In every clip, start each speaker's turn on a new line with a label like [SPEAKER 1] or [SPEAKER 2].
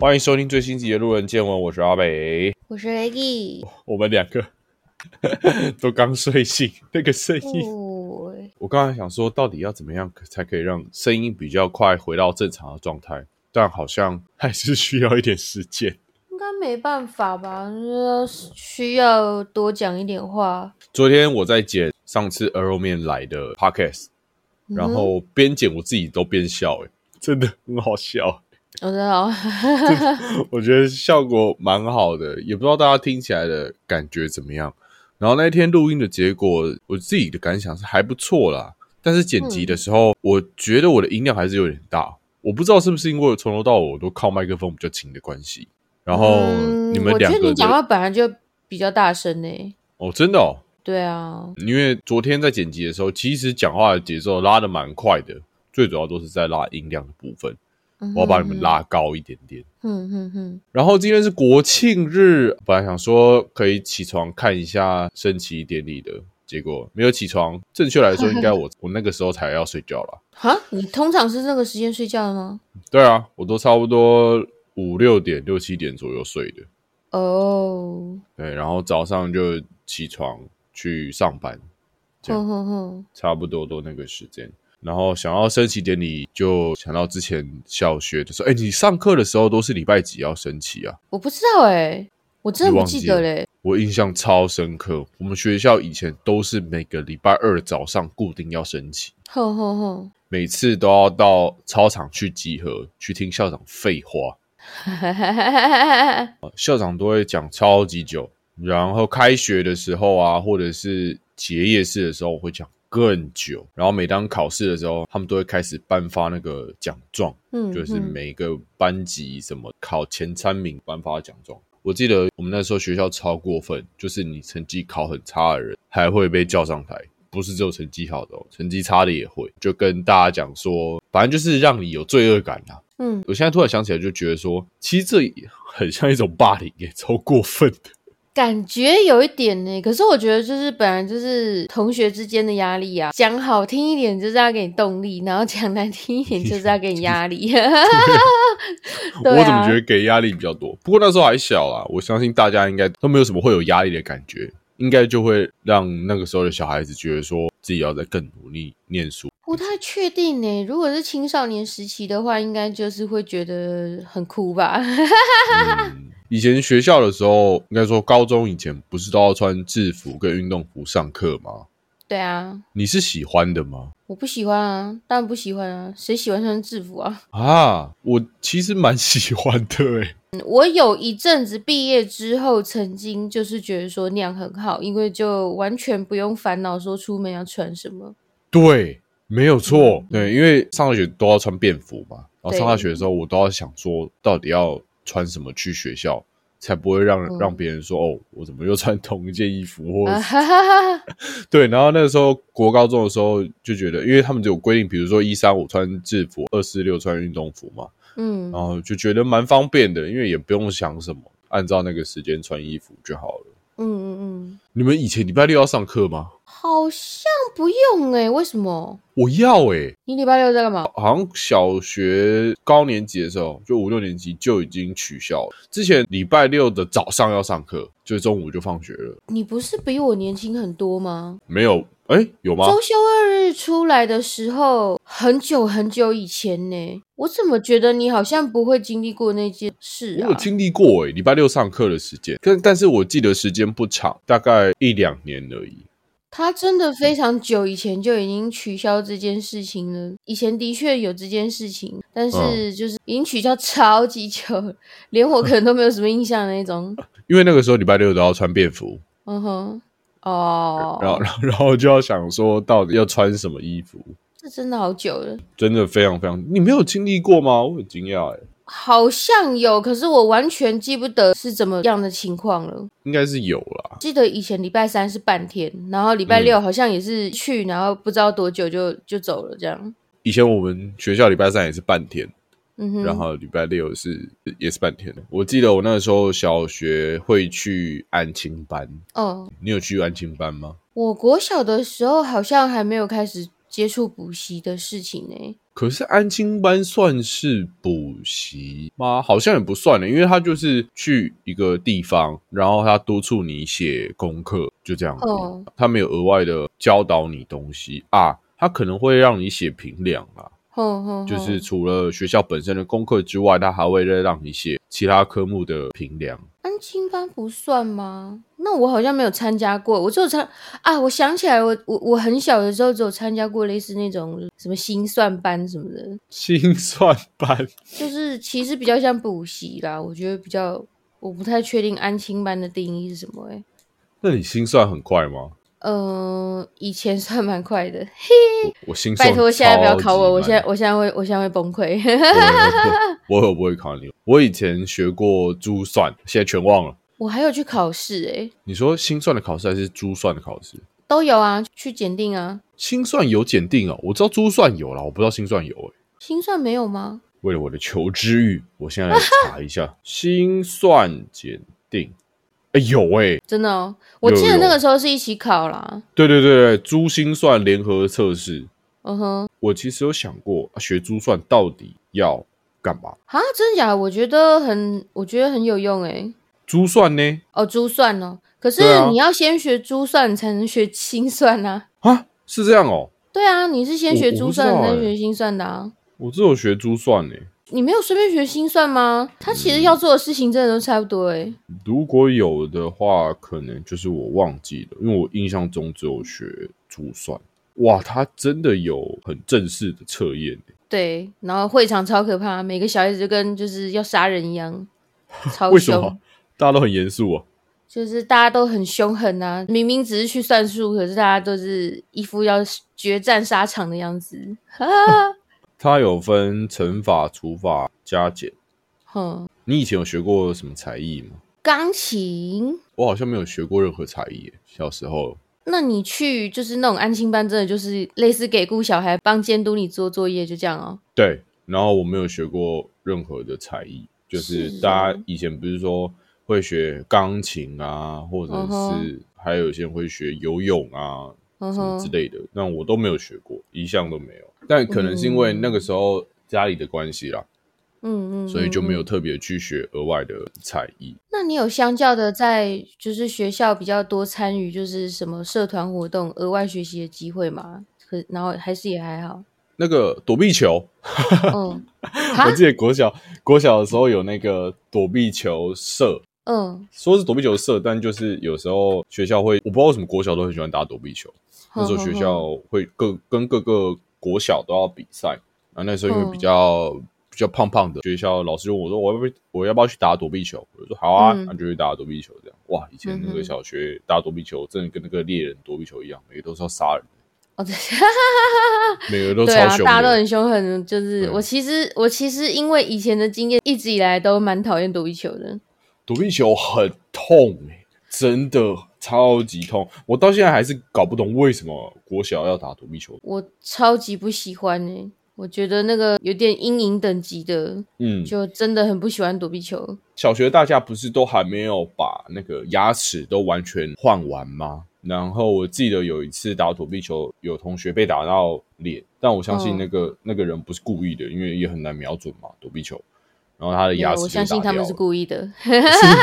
[SPEAKER 1] 欢迎收听最新集的《路人见闻》，我是阿北。
[SPEAKER 2] 我是雷弟。
[SPEAKER 1] 我们两 个都刚睡醒，那个声音，
[SPEAKER 2] 哦，
[SPEAKER 1] 我刚才想说，到底要怎么样才可以让声音比较快回到正常的状态？但好像还是需要一点时间。
[SPEAKER 2] 应该没办法吧？呃需要多讲一点话。
[SPEAKER 1] 昨天我在剪上次鹅肉面来的 podcast，
[SPEAKER 2] 嗯哼
[SPEAKER 1] 然后边剪我自己都边笑、欸，真的很好笑。
[SPEAKER 2] 我知道，
[SPEAKER 1] 我觉得效果蛮好的，也不知道大家听起来的感觉怎么样。然后那天录音的结果，我自己的感想是还不错啦，但是剪辑的时候，我觉得我的音量还是有点大，我不知道是不是因为我从头到尾我都靠麦克风比较近的关系。然后
[SPEAKER 2] 嗯
[SPEAKER 1] 你们
[SPEAKER 2] 我
[SPEAKER 1] 两
[SPEAKER 2] 觉
[SPEAKER 1] 个
[SPEAKER 2] 得
[SPEAKER 1] 的、
[SPEAKER 2] 你讲话本来就比较大声呢。
[SPEAKER 1] 哦，真的哦，
[SPEAKER 2] 对啊，
[SPEAKER 1] 因为昨天在剪辑的时候，其实讲话的节奏拉的蛮快的，最主要都是在拉音量的部分，我要把你们拉高一点点。
[SPEAKER 2] 嗯哼哼。
[SPEAKER 1] 然后今天是国庆日，本来想说可以起床看一下升旗典礼的，结果没有起床。正确来说，应该我 我那个时候才要睡觉啦。
[SPEAKER 2] 哈，你通常是这个时间睡觉的吗？
[SPEAKER 1] 对啊，我都差不多五六点、六七点左右睡的。
[SPEAKER 2] 哦，
[SPEAKER 1] 对，然后早上就起床去上班，这样
[SPEAKER 2] 哼哼哼，
[SPEAKER 1] 差不多都那个时间。然后想要升旗典礼，就想到之前小学的时候，哎，你上课的时候都是礼拜几要升旗啊？
[SPEAKER 2] 我不知道哎、我真的
[SPEAKER 1] 你
[SPEAKER 2] 不
[SPEAKER 1] 忘
[SPEAKER 2] 记
[SPEAKER 1] 记
[SPEAKER 2] 得
[SPEAKER 1] 了
[SPEAKER 2] 嘞。
[SPEAKER 1] 我印象超深刻。我们学校以前都是每个礼拜二早上固定要升旗，
[SPEAKER 2] 哼哼哼，
[SPEAKER 1] 每次都要到操场去集合，去听校长废话。 呃校长都会讲超级久，然后开学的时候啊，或者是结业式的时候会讲更久。然后每当考试的时候，他们都会开始颁发那个奖状。
[SPEAKER 2] 嗯，
[SPEAKER 1] 就是
[SPEAKER 2] 嗯
[SPEAKER 1] 每个班级什么考前三名颁发奖状。我记得我们那时候学校超过分，就是你成绩考很差的人还会被叫上台，不是只有成绩好的哦，成绩差的也会。就跟大家讲说，反正就是让你有罪恶感啦、
[SPEAKER 2] 嗯，
[SPEAKER 1] 我现在突然想起来，就觉得说，其实这也很像一种霸凌耶，超过分的。
[SPEAKER 2] 感觉有一点呢，可是我觉得就是本来就是同学之间的压力啊，讲好听一点就是要给你动力，然后讲难听一点就是要给你压 力。对啊
[SPEAKER 1] 我怎么觉得给压力比较多？不过那时候还小啦，我相信大家应该都没有什么会有压力的感觉，应该就会让那个时候的小孩子觉得说自己要再更努力念书。
[SPEAKER 2] 不太确定呢，如果是青少年时期的话，应该就是会觉得很酷吧？
[SPEAKER 1] 嗯以前学校的时候，应该说高中以前不是都要穿制服跟运动服上课吗？
[SPEAKER 2] 对啊，
[SPEAKER 1] 你是喜欢的吗？
[SPEAKER 2] 我不喜欢啊，当然不喜欢啊，谁喜欢穿制服啊？
[SPEAKER 1] 啊，我其实蛮喜欢的欸诶、
[SPEAKER 2] 我有一阵子毕业之后，曾经就是觉得说那样很好，因为就完全不用烦恼说出门要穿什么。
[SPEAKER 1] 对，没有错。对，因为上大学都要穿便服嘛，然后
[SPEAKER 2] 嗯对
[SPEAKER 1] 上大学的时候，我都要想说，到底要穿什么去学校，才不会让、
[SPEAKER 2] 嗯
[SPEAKER 1] 让别人说哦，我怎么又穿同一件衣服？或、
[SPEAKER 2] 啊哈哈哈哈！
[SPEAKER 1] 对，然后那个时候国高中的时候就觉得，因为他们就有规定，比如说一三五穿制服，二四六穿运动服嘛，然，
[SPEAKER 2] 嗯
[SPEAKER 1] 后就觉得蛮方便的，因为也不用想什么，按照那个时间穿衣服就好了。
[SPEAKER 2] 嗯嗯嗯，
[SPEAKER 1] 你们以前礼拜六要上课吗？
[SPEAKER 2] 好像不用诶、为什么？
[SPEAKER 1] 我要欸诶、
[SPEAKER 2] 你礼拜六在干嘛？
[SPEAKER 1] 好像小学高年级的时候，就五六年级就已经取消了。之前礼拜六的早上要上课，就是中午就放学了。
[SPEAKER 2] 你不是比我年轻很多吗？
[SPEAKER 1] 没有，哎，有吗？
[SPEAKER 2] 周休二日出来的时候，很久很久以前呢、我怎么觉得你好像不会经历过那件事
[SPEAKER 1] 我
[SPEAKER 2] 啊
[SPEAKER 1] 有？经历过哎、礼拜六上课的时间，但但是我记得时间不长，大概一两年而已。
[SPEAKER 2] 他真的非常久以前就已经取消这件事情了。以前的确有这件事情，但
[SPEAKER 1] 嗯
[SPEAKER 2] 是就是已经取消超级久了，连我可能都没有什么印象的那种。
[SPEAKER 1] 因为那个时候礼拜六都要穿便服，
[SPEAKER 2] 嗯哼，
[SPEAKER 1] 然后
[SPEAKER 2] 哦，
[SPEAKER 1] 然后 然后就要想说到底要穿什么衣服，
[SPEAKER 2] 这真的好久了。
[SPEAKER 1] 真的非常非常，你没有经历过吗？我很惊讶哎、
[SPEAKER 2] 好像有，可是我完全记不得是怎么样的情况了。
[SPEAKER 1] 应该是有啦。
[SPEAKER 2] 记得以前礼拜三是半天，然后礼拜
[SPEAKER 1] 嗯
[SPEAKER 2] 六好像也是去，然后不知道多久就就走了这样。
[SPEAKER 1] 以前我们学校礼拜三也是半天，
[SPEAKER 2] 嗯哼，
[SPEAKER 1] 然后礼拜六是也是半天。我记得我那时候小学会去安亲班，
[SPEAKER 2] 哦，
[SPEAKER 1] 你有去安亲班吗？
[SPEAKER 2] 我国小的时候好像还没有开始接触补习的事情呢、
[SPEAKER 1] 可是安亲班算是补习吗？好像也不算了，因为他就是去一个地方，然后他督促你写功课，就这样子。
[SPEAKER 2] 哦
[SPEAKER 1] 他没有额外的教导你东西啊，他可能会让你写评量啦，
[SPEAKER 2] 哼哼哼，
[SPEAKER 1] 就是除了学校本身的功课之外，他还会再让你写其他科目的评量。
[SPEAKER 2] 安亲班不算吗？那我好像没有参加过，我只有参啊，我想起来我，我我很小的时候只有参加过类似那种什么心算班什么的，
[SPEAKER 1] 心算班
[SPEAKER 2] 就是其实比较像补习啦。我觉得比较，我不太确定安亲班的定义是什么、欸。诶，
[SPEAKER 1] 那你心算很快吗？
[SPEAKER 2] 呃，以前算蛮快的，
[SPEAKER 1] 我我心算
[SPEAKER 2] 拜托现在不要考
[SPEAKER 1] 超级
[SPEAKER 2] 我，我
[SPEAKER 1] 慢
[SPEAKER 2] 现在我现在会我现在会崩溃。
[SPEAKER 1] 我我不会考你。我以前学过珠算，现在全忘了。
[SPEAKER 2] 我还有去考试，诶，
[SPEAKER 1] 你说心算的考试还是珠算的考试？
[SPEAKER 2] 都有啊，去检定啊。
[SPEAKER 1] 心算有检定哦，我知道珠算有啦，我不知道心算有诶、
[SPEAKER 2] 心算没有吗？
[SPEAKER 1] 为了我的求知欲，我现在来查一 下心算检定。哎、有诶、
[SPEAKER 2] 真的哦，我
[SPEAKER 1] 有
[SPEAKER 2] 记得
[SPEAKER 1] 有
[SPEAKER 2] 那个时候是一起考啦。
[SPEAKER 1] 对对对对，珠心算联合测试。
[SPEAKER 2] 嗯哼。
[SPEAKER 1] 我其实有想过，啊学珠算到底要干嘛？
[SPEAKER 2] 啊，真的假的？我觉得很，我觉得很有用诶、欸
[SPEAKER 1] 珠算呢？
[SPEAKER 2] 哦，珠算哦，可是
[SPEAKER 1] 对啊
[SPEAKER 2] 你要先学珠算，你才能学心算啊。
[SPEAKER 1] 啊，是这样哦、
[SPEAKER 2] 对啊，你是先
[SPEAKER 1] 我
[SPEAKER 2] 学
[SPEAKER 1] 我
[SPEAKER 2] 珠
[SPEAKER 1] 不知
[SPEAKER 2] 算，
[SPEAKER 1] 道
[SPEAKER 2] 再
[SPEAKER 1] 欸
[SPEAKER 2] 学心算的啊。
[SPEAKER 1] 我只有学珠算呢、
[SPEAKER 2] 你没有随便学心算吗？他其实要做的事情真的都差不多欸诶、
[SPEAKER 1] 如果有的话，可能就是我忘记了，因为我印象中只有学珠算。哇，它真的有很正式的测验欸、
[SPEAKER 2] 对，然后会场超可怕，每个小孩子就跟就是要杀人一样，超
[SPEAKER 1] 为什么
[SPEAKER 2] 凶，
[SPEAKER 1] 大家都很严肃啊？
[SPEAKER 2] 就是大家都很凶狠啊。明明只是去算数，可是大家都是一副要决战沙场的样子。
[SPEAKER 1] 它有分乘法、除法、加减。
[SPEAKER 2] 哼，
[SPEAKER 1] 你以前有学过什么才艺吗？
[SPEAKER 2] 钢琴。
[SPEAKER 1] 我好像没有学过任何才艺欸、小时候
[SPEAKER 2] 那你去就是那种安亲班，真的就是类似给雇小孩帮监督你做作业，就这样哦。
[SPEAKER 1] 对，然后我没有学过任何的才艺，就是
[SPEAKER 2] 是哦
[SPEAKER 1] 大家以前不是说会学钢琴啊，或者
[SPEAKER 2] 嗯哼
[SPEAKER 1] 是还有一些人会学游泳啊，
[SPEAKER 2] 嗯
[SPEAKER 1] 什么之
[SPEAKER 2] 哼，
[SPEAKER 1] 类的，那我都没有学过，一项都没有。但可能是因
[SPEAKER 2] 嗯
[SPEAKER 1] 为那个时候家里的关系啦，
[SPEAKER 2] 嗯嗯，
[SPEAKER 1] 所以就没有
[SPEAKER 2] 嗯。嗯
[SPEAKER 1] 特别去学额外的才艺。
[SPEAKER 2] 那你有相较的在就是学校比较多参与就是什么社团活动、额外学习的机会吗？可然后还是也还 好。
[SPEAKER 1] 那个躲避球，
[SPEAKER 2] 嗯，哈
[SPEAKER 1] 我，记得国小国小的时候有那个躲避球社，
[SPEAKER 2] 嗯，
[SPEAKER 1] 说是躲避球社，但就是有时候学校会，我不知道为什么国小都很喜欢打躲避球。那时候
[SPEAKER 2] 哼
[SPEAKER 1] 学
[SPEAKER 2] 哼哼
[SPEAKER 1] 校会各跟各个国小都要比赛，啊，那时候因为比
[SPEAKER 2] 嗯
[SPEAKER 1] 较、比较胖胖的，学校老师问我说我要不要我要不要去打躲避球？我就说好啊，
[SPEAKER 2] 嗯
[SPEAKER 1] 那、就去打躲避球这样。哇，以前那
[SPEAKER 2] 嗯
[SPEAKER 1] 个
[SPEAKER 2] 哼
[SPEAKER 1] 小学打躲避球真的跟那个猎人躲避球一样，每个都是要杀人的，
[SPEAKER 2] 哦对。
[SPEAKER 1] 每个都
[SPEAKER 2] 对
[SPEAKER 1] 超
[SPEAKER 2] 啊，
[SPEAKER 1] 凶
[SPEAKER 2] 大家都
[SPEAKER 1] 的。
[SPEAKER 2] 很凶狠，就是
[SPEAKER 1] 对啊
[SPEAKER 2] 我其实我其实因为以前的经验，一直以来都蛮讨厌躲避球的。
[SPEAKER 1] 躲避球很痛、欸、真的超级痛，我到现在还是搞不懂为什么国小要打躲避球。
[SPEAKER 2] 我超级不喜欢诶、我觉得那个有点阴影等级的，
[SPEAKER 1] 嗯，
[SPEAKER 2] 就真的很不喜欢躲避球。
[SPEAKER 1] 小学大家不是都还没有把那个牙齿都完全换完吗？然后我记得有一次打躲避球，有同学被打到脸，但我相信
[SPEAKER 2] 嗯
[SPEAKER 1] 那个、那个人不是故意的，因为也很难瞄准嘛，躲避球。然后他的牙齿就
[SPEAKER 2] 我相信
[SPEAKER 1] 打
[SPEAKER 2] 他们
[SPEAKER 1] 掉
[SPEAKER 2] 是
[SPEAKER 1] 了
[SPEAKER 2] 故意的，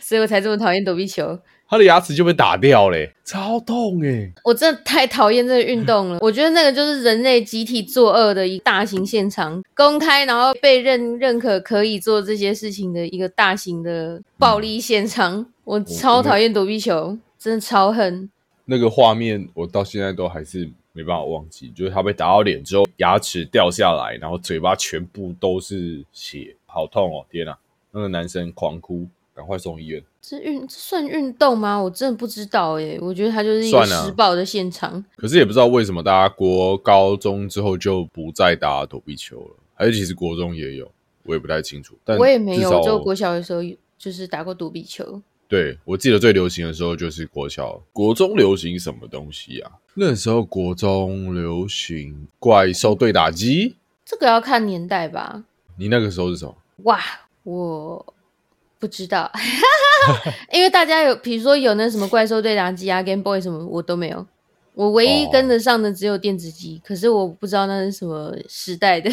[SPEAKER 2] 所以我才这么讨厌躲避球。
[SPEAKER 1] 他的牙齿就被打掉嘞、超痛哎、
[SPEAKER 2] 我真的太讨厌这个运动
[SPEAKER 1] 嗯
[SPEAKER 2] 了。我觉得那个就是人类集体作恶的一大型现场，公开然后被认认可可以做这些事情的一个大型的暴力现
[SPEAKER 1] 嗯
[SPEAKER 2] 场。我超讨厌躲避球，真的超恨。
[SPEAKER 1] 那个画面我到现在都还是没办法忘记，就是他被打到脸之后，牙齿掉下来，然后嘴巴全部都是血，好痛哦！天哪、那个男生狂哭，赶快送医院。
[SPEAKER 2] 这运这算运动吗？我真的不知道耶。我觉得它就是一个
[SPEAKER 1] 算啊
[SPEAKER 2] 施暴的现场。
[SPEAKER 1] 可是也不知道为什么大家国高中之后就不再打躲避球了，还是其实国中也有，我也不太清楚。但
[SPEAKER 2] 我也没
[SPEAKER 1] 嗯
[SPEAKER 2] 有，
[SPEAKER 1] 至少
[SPEAKER 2] 就国小的时候有就是打过躲避球。
[SPEAKER 1] 对我记得最流行的时候就是国小，国中流行什么东西啊？那时候国中流行怪兽对打机，
[SPEAKER 2] 这个要看年代吧。
[SPEAKER 1] 你那个时候是什么？
[SPEAKER 2] 哇，我不知道，因为大家有，比如说有那什么怪兽对打机啊、Game Boy 什么，我都没有。我唯一
[SPEAKER 1] 哦
[SPEAKER 2] 跟得上的只有电子机，可是我不知道那是什么时代的。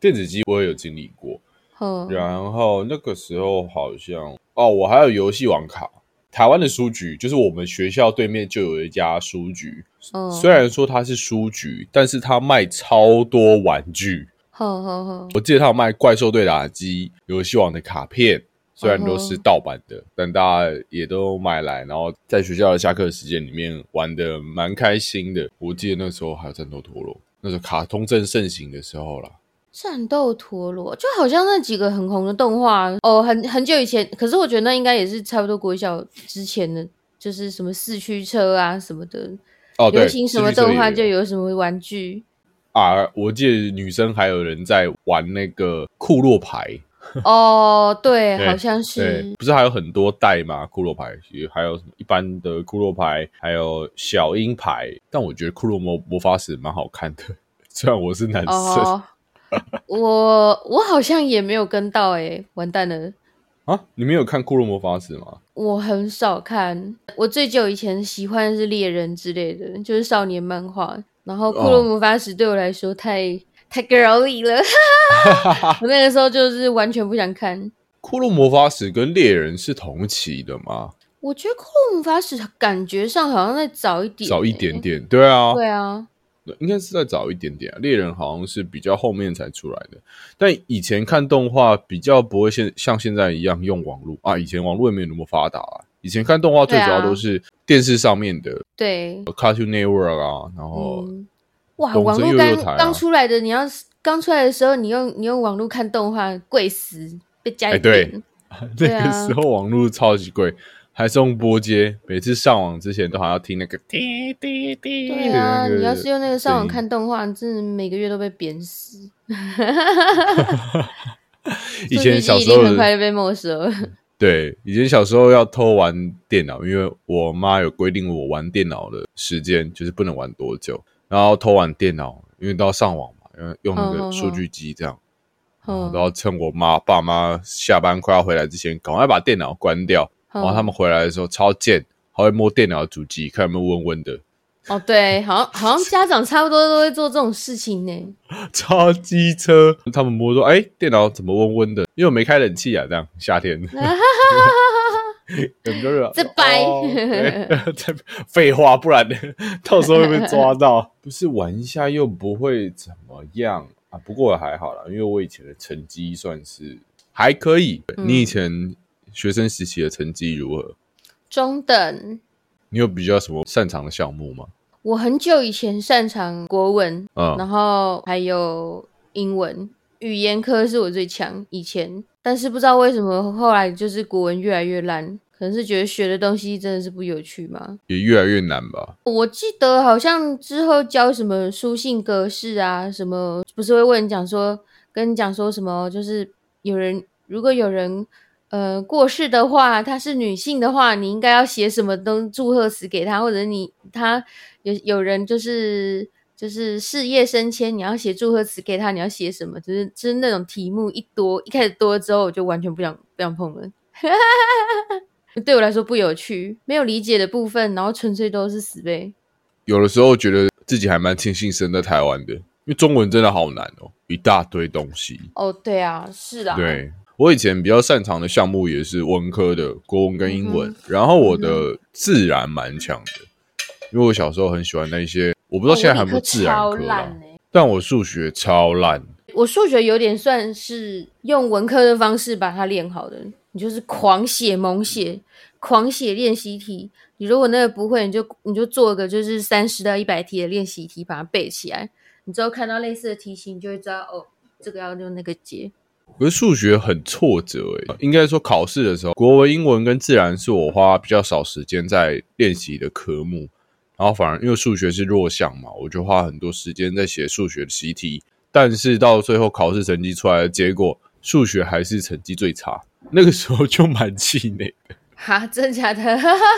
[SPEAKER 1] 电子机我也有经历过，
[SPEAKER 2] 哦，
[SPEAKER 1] 然后那个时候好像哦，我还有游戏网卡。台湾的书局就是我们学校对面就有一家书局，
[SPEAKER 2] 哦
[SPEAKER 1] 虽然说它是书局，但是它卖超多玩具。
[SPEAKER 2] 好好好，
[SPEAKER 1] 我记得它有卖怪兽对打机、游戏王的卡片，虽然都
[SPEAKER 2] 嗯
[SPEAKER 1] 是盗版的，但大家也都买来，然后在学校的下课时间里面玩的蛮开心的。我记得那时候还有战斗陀螺，那时候卡通正盛行的时候啦。
[SPEAKER 2] 战斗陀螺就好像那几个很红的动画哦，很很久以前，可是我觉得那应该也是差不多国小之前的，就是什么四驱车啊什么的，
[SPEAKER 1] 哦，对，
[SPEAKER 2] 流行什么
[SPEAKER 1] 四驱车也
[SPEAKER 2] 动画
[SPEAKER 1] 有
[SPEAKER 2] 就有什么玩具。
[SPEAKER 1] 啊，我记得女生还有人在玩那个库洛牌，
[SPEAKER 2] 哦，对，
[SPEAKER 1] 对
[SPEAKER 2] 好像
[SPEAKER 1] 对
[SPEAKER 2] 是，，
[SPEAKER 1] 不是还有很多代吗？库洛牌，也还有什么一般的库洛牌，还有小鹰牌。但我觉得库洛魔魔法使蛮好看的， 虽然我是男生。
[SPEAKER 2] 哦，我我好像也没有跟到诶、完蛋了，
[SPEAKER 1] 啊，你没有看《骷髅魔法使》吗？
[SPEAKER 2] 我很少看，我最久以前喜欢的是猎人之类的，就是少年漫画，然后《库洛
[SPEAKER 1] 哦
[SPEAKER 2] 魔法使》对我来说太太 girly 了，我那个时候就是完全不想看。
[SPEAKER 1] 骷髅魔法使跟猎人是同期的吗？
[SPEAKER 2] 我觉得《库洛魔法使》感觉上好像再早一点、欸
[SPEAKER 1] 早一点。点，对啊，
[SPEAKER 2] 对啊，
[SPEAKER 1] 应该是再早一点点、啊。猎人好像是比较后面才出来的，但以前看动画比较不会现像现在一样用网络啊，以前网络也没有那么发达、啊。以前看动画最
[SPEAKER 2] 对
[SPEAKER 1] 主
[SPEAKER 2] 啊
[SPEAKER 1] 要都是电视上面的
[SPEAKER 2] 对，
[SPEAKER 1] Cartoon Network 啊，然后、
[SPEAKER 2] 嗯，哇，
[SPEAKER 1] 懂
[SPEAKER 2] 网
[SPEAKER 1] 这
[SPEAKER 2] 络
[SPEAKER 1] 又有
[SPEAKER 2] 刚
[SPEAKER 1] 台啊
[SPEAKER 2] 刚出来的，你要是刚出来的时候，你用你用网络看动画，贵死，被加
[SPEAKER 1] 哎
[SPEAKER 2] 一
[SPEAKER 1] 对
[SPEAKER 2] 点。
[SPEAKER 1] 那
[SPEAKER 2] 对啊
[SPEAKER 1] 个时候网络超级贵，还是用拨接，每次上网之前都还要听那个滴滴滴的
[SPEAKER 2] 对
[SPEAKER 1] 那个
[SPEAKER 2] 啊，
[SPEAKER 1] 声音。
[SPEAKER 2] 你要是用那个上网看动画，真的每个月都被扁死。
[SPEAKER 1] 以
[SPEAKER 2] 数
[SPEAKER 1] 前
[SPEAKER 2] 据
[SPEAKER 1] 小
[SPEAKER 2] 集
[SPEAKER 1] 时
[SPEAKER 2] 一定
[SPEAKER 1] 候
[SPEAKER 2] 很
[SPEAKER 1] 的
[SPEAKER 2] 快就被没收 了。
[SPEAKER 1] 对，以前小时候要偷玩电脑，因为我妈有规定我玩电脑的时间就是不能玩多久，然后偷玩电脑，因为都要上网嘛，因为用那
[SPEAKER 2] 嗯嗯
[SPEAKER 1] 个
[SPEAKER 2] 嗯
[SPEAKER 1] 数据机这样，然后
[SPEAKER 2] 嗯
[SPEAKER 1] 都要趁我妈爸妈下班快要回来之前，赶快把电脑关掉，然后他们回来的时候超贱，还会摸电脑的主机，看有没有温温的，
[SPEAKER 2] 哦，对，好像好像家长差不多都会做这种事情呢。
[SPEAKER 1] 超机车，他们摸说，哎，电脑怎么温温的？因为我没开冷气啊，这样夏天。很 多 人
[SPEAKER 2] 自白
[SPEAKER 1] 哦对 这废话，不然呢 到时候会被抓到。 不是玩一下又不会怎么样啊，不过还好啦，因为我以前的成绩算是还可以。
[SPEAKER 2] 嗯
[SPEAKER 1] 你以前学生时期的成绩如何？
[SPEAKER 2] 中等，
[SPEAKER 1] 你有比较什么擅长的项目吗？
[SPEAKER 2] 我很久以前擅长国文，然
[SPEAKER 1] 嗯，
[SPEAKER 2] 后还有英文，语言科是我最强以前，但是不知道为什么后来就是国文越来越烂，可能是觉得学的东西真的是不有趣嘛。
[SPEAKER 1] 也越来越难吧。
[SPEAKER 2] 我记得好像之后教什么书信格式啊，什么不是会问你讲说，跟你讲说什么，哦就是有人如果有人呃过世的话，她是女性的话，你应该要写什么东祝贺词给她，或者你她有有人就是就是事业升迁，你要写祝贺词给她，你要写什么，就是就是那种题目一多，一开始多了之后，我就完全不想不想碰了。对我来说不有趣，没有理解的部分，然后纯粹都是死背。
[SPEAKER 1] 有的时候觉得自己还蛮庆幸生在台湾的，因为中文真的好难哦，一大堆东西。
[SPEAKER 2] 哦，对啊，是的，，
[SPEAKER 1] 对我以前比较擅长的项目也是文科的，国文跟英文。
[SPEAKER 2] 嗯
[SPEAKER 1] 然后我的自然蛮强的，因为我小时候很喜欢那一些，我不
[SPEAKER 2] 不
[SPEAKER 1] 知道现在还有没有自然
[SPEAKER 2] 哦超
[SPEAKER 1] 科啦
[SPEAKER 2] 烂。欸
[SPEAKER 1] 但我数学超烂，
[SPEAKER 2] 我数学有点算是用文科的方式把它练好的，你就是狂写猛写，狂写练习题。你如果那个不会，你就你就做个就是三十到一百题的练习题，把它背起来。你之后看到类似的题型，你就会知道哦，这个要用那个解。
[SPEAKER 1] 可是数学很挫折诶、应该说考试的时候，国文、英文跟自然是我花比较少时间在练习的科目，然后反而因为数学是弱项嘛，我就花很多时间在写数学的习题，但是到最后考试成绩出来的结果，数学还是成绩最差，那个时候就蛮气馁。
[SPEAKER 2] 哈，真假的？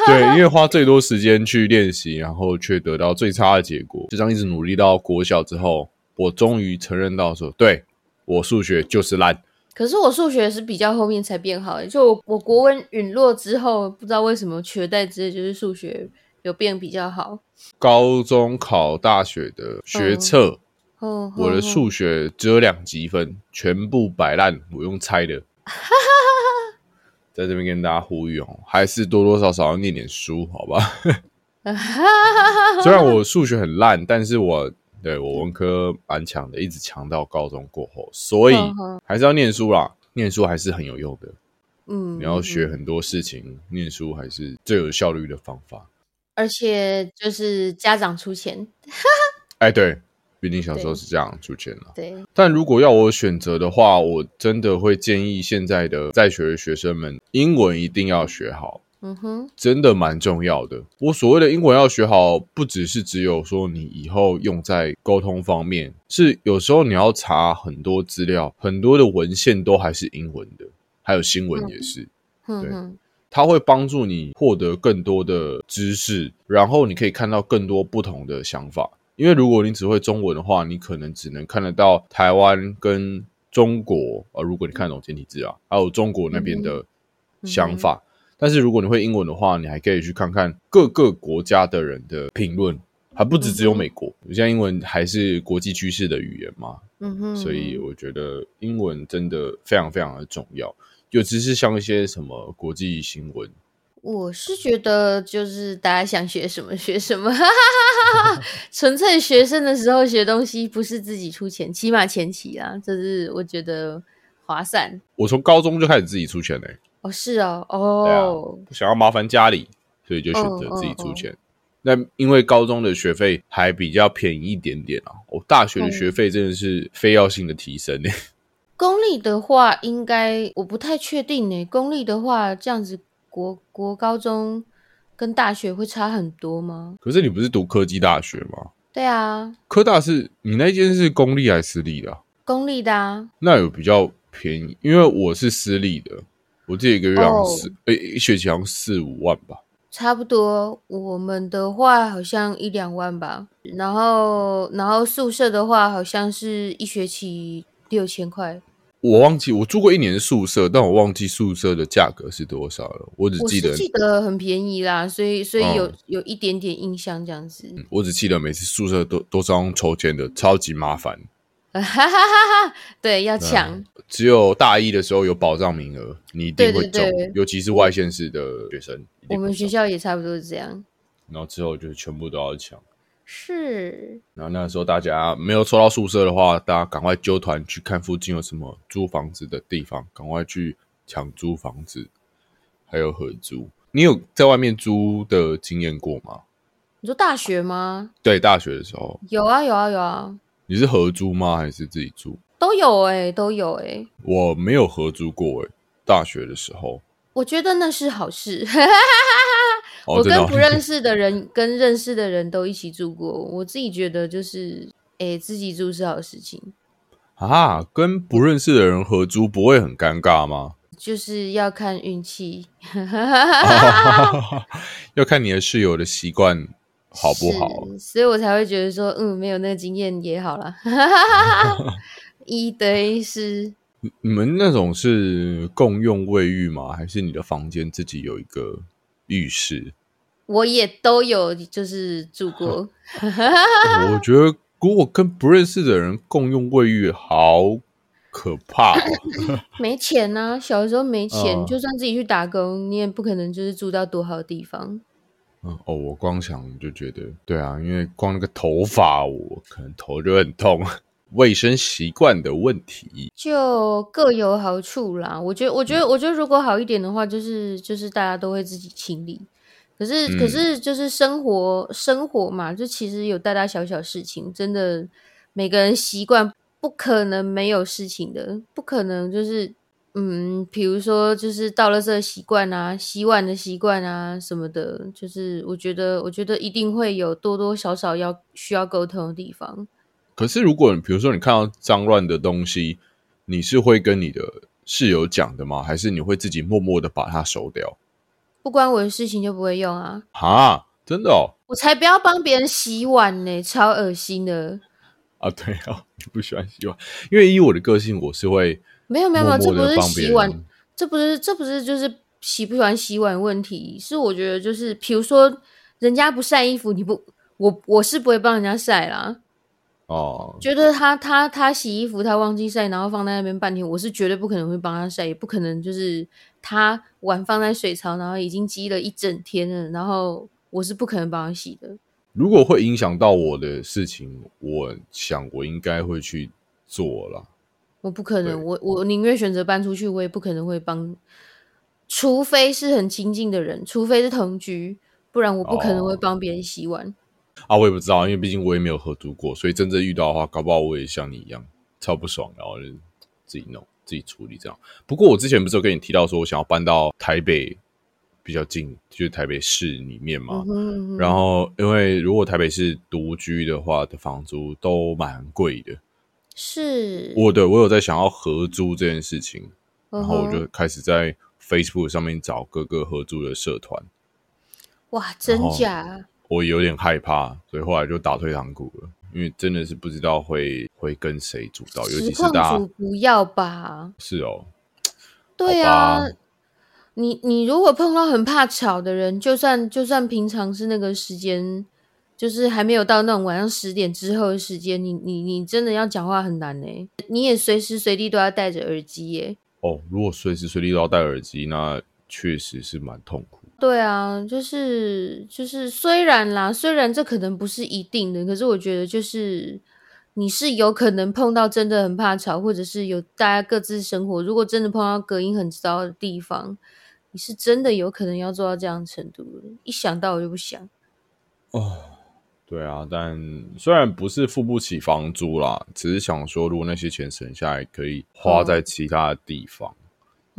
[SPEAKER 1] 对，因为花最多时间去练习，然后却得到最差的结果。就这样一直努力到国小之后，我终于承认到说，对我数学就是烂。
[SPEAKER 2] 可是我数学是比较后面欸才变好的，就我我国文陨落之后，不知道为什么取而代之的就是数学有有变比较好。
[SPEAKER 1] 高中考大学的学测，
[SPEAKER 2] 哦，
[SPEAKER 1] 我的
[SPEAKER 2] 哦
[SPEAKER 1] 数学只有两级分，全部摆烂，我用猜 的。在这边跟大家呼吁哦，还是多多少少要念点书，好吧？ 虽然我数学很烂，但是我对我文科蛮强的，一直强到高中过后，所以
[SPEAKER 2] 嗯哼
[SPEAKER 1] 还是要念书啦。念书还是很有用的，
[SPEAKER 2] 嗯，
[SPEAKER 1] 你要学
[SPEAKER 2] 嗯，
[SPEAKER 1] 很多事情，念书还是最有效率的方法。
[SPEAKER 2] 而且就是家长出钱，
[SPEAKER 1] 哎，对，毕竟小时候
[SPEAKER 2] 对
[SPEAKER 1] 是这样出钱了。
[SPEAKER 2] 对，
[SPEAKER 1] 但如果要我选择的话，我真的会建议现在的在学的学生们，英文一定要学好，
[SPEAKER 2] 嗯哼，
[SPEAKER 1] 真的蛮重要的。我所谓的英文要学好，不只是只有说你以后用在沟通方面，是有时候你要查很多资料，很多的文献都还是英文的，还有新闻也是。
[SPEAKER 2] 嗯
[SPEAKER 1] 对
[SPEAKER 2] 哼，
[SPEAKER 1] 它会帮助你获得更多的知识，然后你可以看到更多不同的想法。因为如果你只会中文的话，你可能只能看得到台湾跟中国啊、呃如果你看得懂简体字啊，还有中国那边的想法。但是如果你会英文的话，你还可以去看看各个国家的人的评论，还不止只有美国。现在英文还是国际趋势的语言嘛，
[SPEAKER 2] 嗯哼，
[SPEAKER 1] 所以我觉得英文真的非常非常的重要，尤其是像一些什么国际新闻，
[SPEAKER 2] 我是觉得就是大家想学什么学什么， 哈哈哈哈哈！纯粹学生的时候学东西不是自己出钱，起码前期啦，这是我觉得划算
[SPEAKER 1] 我从高中就开始自己出钱嘞、
[SPEAKER 2] 哦。是哦，
[SPEAKER 1] 对啊
[SPEAKER 2] 哦，
[SPEAKER 1] 不想要麻烦家里，所以就选
[SPEAKER 2] 嗯
[SPEAKER 1] 择自己出钱。那因为高中的学费还比较便宜一点点啊，我、大学
[SPEAKER 2] 嗯
[SPEAKER 1] 的学费真的是非要性的提升欸嘞、
[SPEAKER 2] 公立的话应该我不太确定呢。公立的话，这样子国国高中跟大学会差很多吗？
[SPEAKER 1] 可是你不是读科技大学吗？
[SPEAKER 2] 对啊，
[SPEAKER 1] 科大是你那间是公立还是私立的啊、
[SPEAKER 2] 公立的啊，
[SPEAKER 1] 那有比较便宜，因为我是私立的，我自己一个月好像
[SPEAKER 2] 哦
[SPEAKER 1] 四，诶、一学期好像四五万吧。
[SPEAKER 2] 差不多，我们的话好像一两万吧，然后然后宿舍的话好像是一学期六千块，
[SPEAKER 1] 我忘记我住过一年宿舍，但我忘记宿舍的价格是多少了。我只
[SPEAKER 2] 我
[SPEAKER 1] 记
[SPEAKER 2] 是
[SPEAKER 1] 得
[SPEAKER 2] 记得很便宜啦，所以所以有、
[SPEAKER 1] 嗯
[SPEAKER 2] 有一点点印象这样子，
[SPEAKER 1] 我只记得每次宿舍都都是要用抽签的，超级麻烦。
[SPEAKER 2] 哈哈哈哈，对，要抢，
[SPEAKER 1] 只有大一的时候有保障名额，你一定会中，
[SPEAKER 2] 对对对
[SPEAKER 1] 尤其是外县市的学生，一定会
[SPEAKER 2] 我们学
[SPEAKER 1] 中
[SPEAKER 2] 校也差不多是这样，
[SPEAKER 1] 然后之后就是全部都要抢。
[SPEAKER 2] 是，
[SPEAKER 1] 然后那个时候大家没有抽到宿舍的话，大家赶快揪团去看附近有什么租房子的地方，赶快去抢租房子，还有合租。你有在外面租的经验过吗？
[SPEAKER 2] 你说大学吗？
[SPEAKER 1] 对，大学的时候
[SPEAKER 2] 有啊有啊有啊，
[SPEAKER 1] 你是合租吗？还是自己住？
[SPEAKER 2] 都有哎、都有哎、
[SPEAKER 1] 我没有合租过诶、欸大学的时候，
[SPEAKER 2] 我觉得那是好事。
[SPEAKER 1] 哦、
[SPEAKER 2] 我
[SPEAKER 1] 真的
[SPEAKER 2] 跟
[SPEAKER 1] 哦
[SPEAKER 2] 不认识的人、跟认识的人都一起住过，我自己觉得就是，诶、自己住是好事情，
[SPEAKER 1] 啊，跟不认识的人合租不会很尴尬 吗？
[SPEAKER 2] 就是要看运气，
[SPEAKER 1] 要看你的室友的习惯好不好。
[SPEAKER 2] 是？所以我才会觉得说，嗯，没有那个经验也好 啦。一对是
[SPEAKER 1] 你们那种是共用卫浴吗？还是你的房间自己有一个浴 室？
[SPEAKER 2] 我也都有，就是住 过，
[SPEAKER 1] 我觉得如果跟不认识的人共用卫浴，好可怕、哦。
[SPEAKER 2] 没钱啊，小时候没钱，
[SPEAKER 1] 嗯
[SPEAKER 2] 就算自己去打工，你也不可能就是住到多好的地方。
[SPEAKER 1] 嗯哦，我光想就觉得，对啊，因为光那个头发，我可能头就很痛。卫生习惯的问题，
[SPEAKER 2] 就各有好处啦。我觉得，我觉得，我觉得，如果好一点的话，就是就是大家都会自己清理。可是，
[SPEAKER 1] 嗯
[SPEAKER 2] 可是就是生活生活嘛，就其实有大大小小事情，真的每个人习惯不可能没有事情的，不可能就是嗯，比如说就是倒垃圾的习惯啊、洗碗的习惯啊什么的，就是我觉得，我觉得一定会有多多少少要需要沟通的地方。
[SPEAKER 1] 可是如果你比如说你看到脏乱的东西，你是会跟你的室友讲的吗？还是你会自己默默的把它收掉？
[SPEAKER 2] 不关我的事情就不会用啊。
[SPEAKER 1] 哈，真的哦，
[SPEAKER 2] 我才不要帮别人洗碗呢、超恶心的。
[SPEAKER 1] 啊对啊， 你不喜欢洗碗，因为依我的个性，我是会
[SPEAKER 2] 没有没有没
[SPEAKER 1] 默
[SPEAKER 2] 有，这
[SPEAKER 1] 默
[SPEAKER 2] 不
[SPEAKER 1] 的
[SPEAKER 2] 是
[SPEAKER 1] 帮别
[SPEAKER 2] 洗碗
[SPEAKER 1] 人，。
[SPEAKER 2] 这不是这不是就是喜不喜欢洗碗问题，是我觉得就是，比如说人家不晒衣服，你不，我我是不会帮人家晒啦。
[SPEAKER 1] 哦，
[SPEAKER 2] 觉得他他他洗衣服，他忘记晒，然后放在那边半天，我是绝对不可能会帮他晒，也不可能就是他碗放在水槽，然后已经积了一整天了，然后我是不可能帮他洗的。
[SPEAKER 1] 如果会影响到我的事情，我想我应该会去做啦。
[SPEAKER 2] 我不可
[SPEAKER 1] 对
[SPEAKER 2] 能，我我宁愿选择搬出去，我也不可能会帮，除非是很亲近的人，除非是同居，不然我不可能会
[SPEAKER 1] 哦
[SPEAKER 2] 帮别人洗碗。
[SPEAKER 1] 啊，我也不知道，因为毕竟我也没有合租过，所以真正遇到的话，搞不好我也像你一样超不爽，然后就自己弄、自己处理这样。不过我之前不是有跟你提到说，我想要搬到台北比较近，就是台北市里面嘛。
[SPEAKER 2] 嗯哼嗯哼
[SPEAKER 1] 然后，因为如果台北市独居的话，的房租都蛮贵的。
[SPEAKER 2] 嗯是，
[SPEAKER 1] 我的我有在想要合租这件事情，
[SPEAKER 2] 嗯
[SPEAKER 1] 然
[SPEAKER 2] 哼
[SPEAKER 1] 后我就开始在 Facebook 上面找各个合租的社团，
[SPEAKER 2] 哇，真
[SPEAKER 1] 后
[SPEAKER 2] 假？
[SPEAKER 1] 我有点害怕，所以后来就打退堂鼓了，因为真的是不知道会会跟谁组到，尤
[SPEAKER 2] 实
[SPEAKER 1] 其是
[SPEAKER 2] 况
[SPEAKER 1] 大
[SPEAKER 2] 主
[SPEAKER 1] 家
[SPEAKER 2] 不要吧？
[SPEAKER 1] 是哦，
[SPEAKER 2] 对
[SPEAKER 1] 好
[SPEAKER 2] 啊
[SPEAKER 1] 吧，
[SPEAKER 2] 你你如果碰到很怕吵的人，就算就算平常是那个时间，就是还没有到那种晚上十点之后的时间，你你你真的要讲话很难呢、你也随时随地都要戴着耳机耶、
[SPEAKER 1] 哦，如果随时随地都要戴耳机，那确实是蛮痛苦。
[SPEAKER 2] 对啊，就是就是，虽然啦，虽然这可能不是一定的，可是我觉得就是你是有可能碰到真的很怕吵，或者是有大家各自生活，如果真的碰到隔音很糟的地方，你是真的有可能要做到这样的程度的。一想到我就不想。
[SPEAKER 1] 对啊，但虽然不是付不起房租啦，只是想说，如果那些钱省下来，可以花在其他的地方。
[SPEAKER 2] 嗯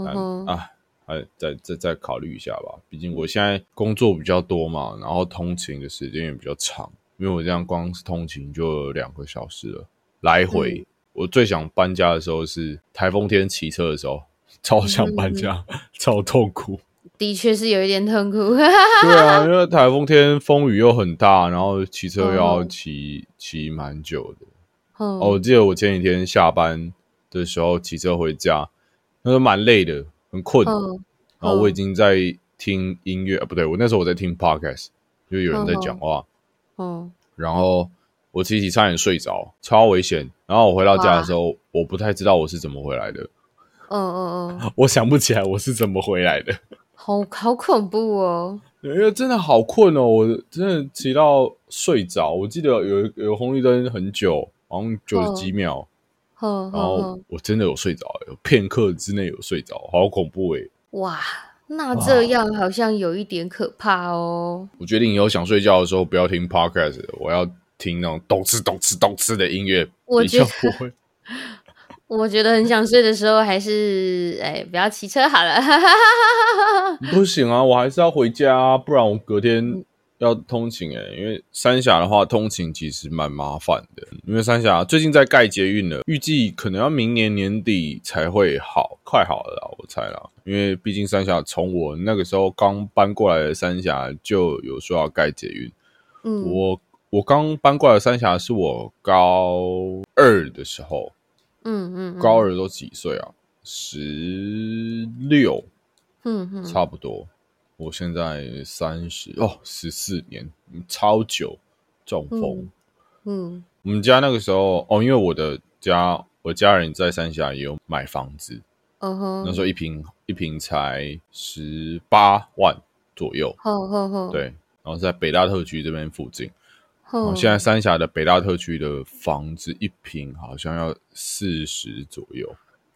[SPEAKER 1] 但
[SPEAKER 2] 哼，
[SPEAKER 1] 啊，还再再再考虑一下吧。毕竟我现在工作比较多嘛，然后通勤的时间也比较长，因为我这样光是通勤就有两个小时了，来回。我最想搬家的时候是台风天骑车的时候，超想搬家， 超痛苦。
[SPEAKER 2] 的确是有一点 痛苦。
[SPEAKER 1] 对啊，因为台风天风雨又很大，然后骑车又要
[SPEAKER 2] 哦
[SPEAKER 1] 骑骑蛮久的。哦，
[SPEAKER 2] 哦
[SPEAKER 1] 我记得我前几天下班的时候骑车回家，那时候蛮累的，很困。
[SPEAKER 2] 哦
[SPEAKER 1] 然后我已
[SPEAKER 2] 嗯
[SPEAKER 1] 经在听音乐，啊、不对，我那时候我在听 podcast，就有人
[SPEAKER 2] 嗯
[SPEAKER 1] 在讲话，
[SPEAKER 2] 哦，
[SPEAKER 1] 然后我骑骑差点睡着，超危险。然后我回到家的时候，我不太知道我是怎么回来的，
[SPEAKER 2] 哦哦哦，
[SPEAKER 1] 我想不起来我是怎么回来的，
[SPEAKER 2] 好好恐怖哦。
[SPEAKER 1] 因为真的好困哦，我真的骑到睡着。我记得有一有红绿灯很久，好像九十几秒，
[SPEAKER 2] 哼
[SPEAKER 1] 然
[SPEAKER 2] 嗯哼
[SPEAKER 1] 后
[SPEAKER 2] 哼，
[SPEAKER 1] 我真的有睡着，有片刻之内有睡着，好恐怖欸诶、
[SPEAKER 2] 哇，那
[SPEAKER 1] 哇
[SPEAKER 2] 这样好像有一点可怕哦。
[SPEAKER 1] 我决定以后想睡觉的时候不要听 podcast，我要听那种咚哧咚哧咚哧的音乐，
[SPEAKER 2] 我
[SPEAKER 1] 比
[SPEAKER 2] 觉得
[SPEAKER 1] 较不会。
[SPEAKER 2] 我觉得很想睡的时候，还是哎，不要骑车好了。
[SPEAKER 1] 不行啊，我还是要回家、啊，不然我隔天要通勤诶、因为三峡的话，通勤其实蛮麻烦的，因为三峡最近在盖捷运了，预计可能要明年年底才会好，快好了啦，我猜啦。因为毕竟三峡从我那个时候刚搬过来的三峡就有说要盖捷运，
[SPEAKER 2] 嗯
[SPEAKER 1] 我我刚搬过来的三峡是我高二的时候，
[SPEAKER 2] 嗯嗯，
[SPEAKER 1] 高二都几岁啊？十六，
[SPEAKER 2] 嗯嗯
[SPEAKER 1] 差不多。我现在三十哦，十四年，嗯超久，中风。
[SPEAKER 2] 嗯嗯
[SPEAKER 1] 我们家那个时候哦，因为我的家，我家人在三峡也有买房子，
[SPEAKER 2] 嗯哼，
[SPEAKER 1] 那时候一平一平才十八万左右，
[SPEAKER 2] 吼吼吼，
[SPEAKER 1] 对，然后在北大特区这边附近。
[SPEAKER 2] 吼，
[SPEAKER 1] 哦，现在三峡的北大特区的房子一平好像要四十左右，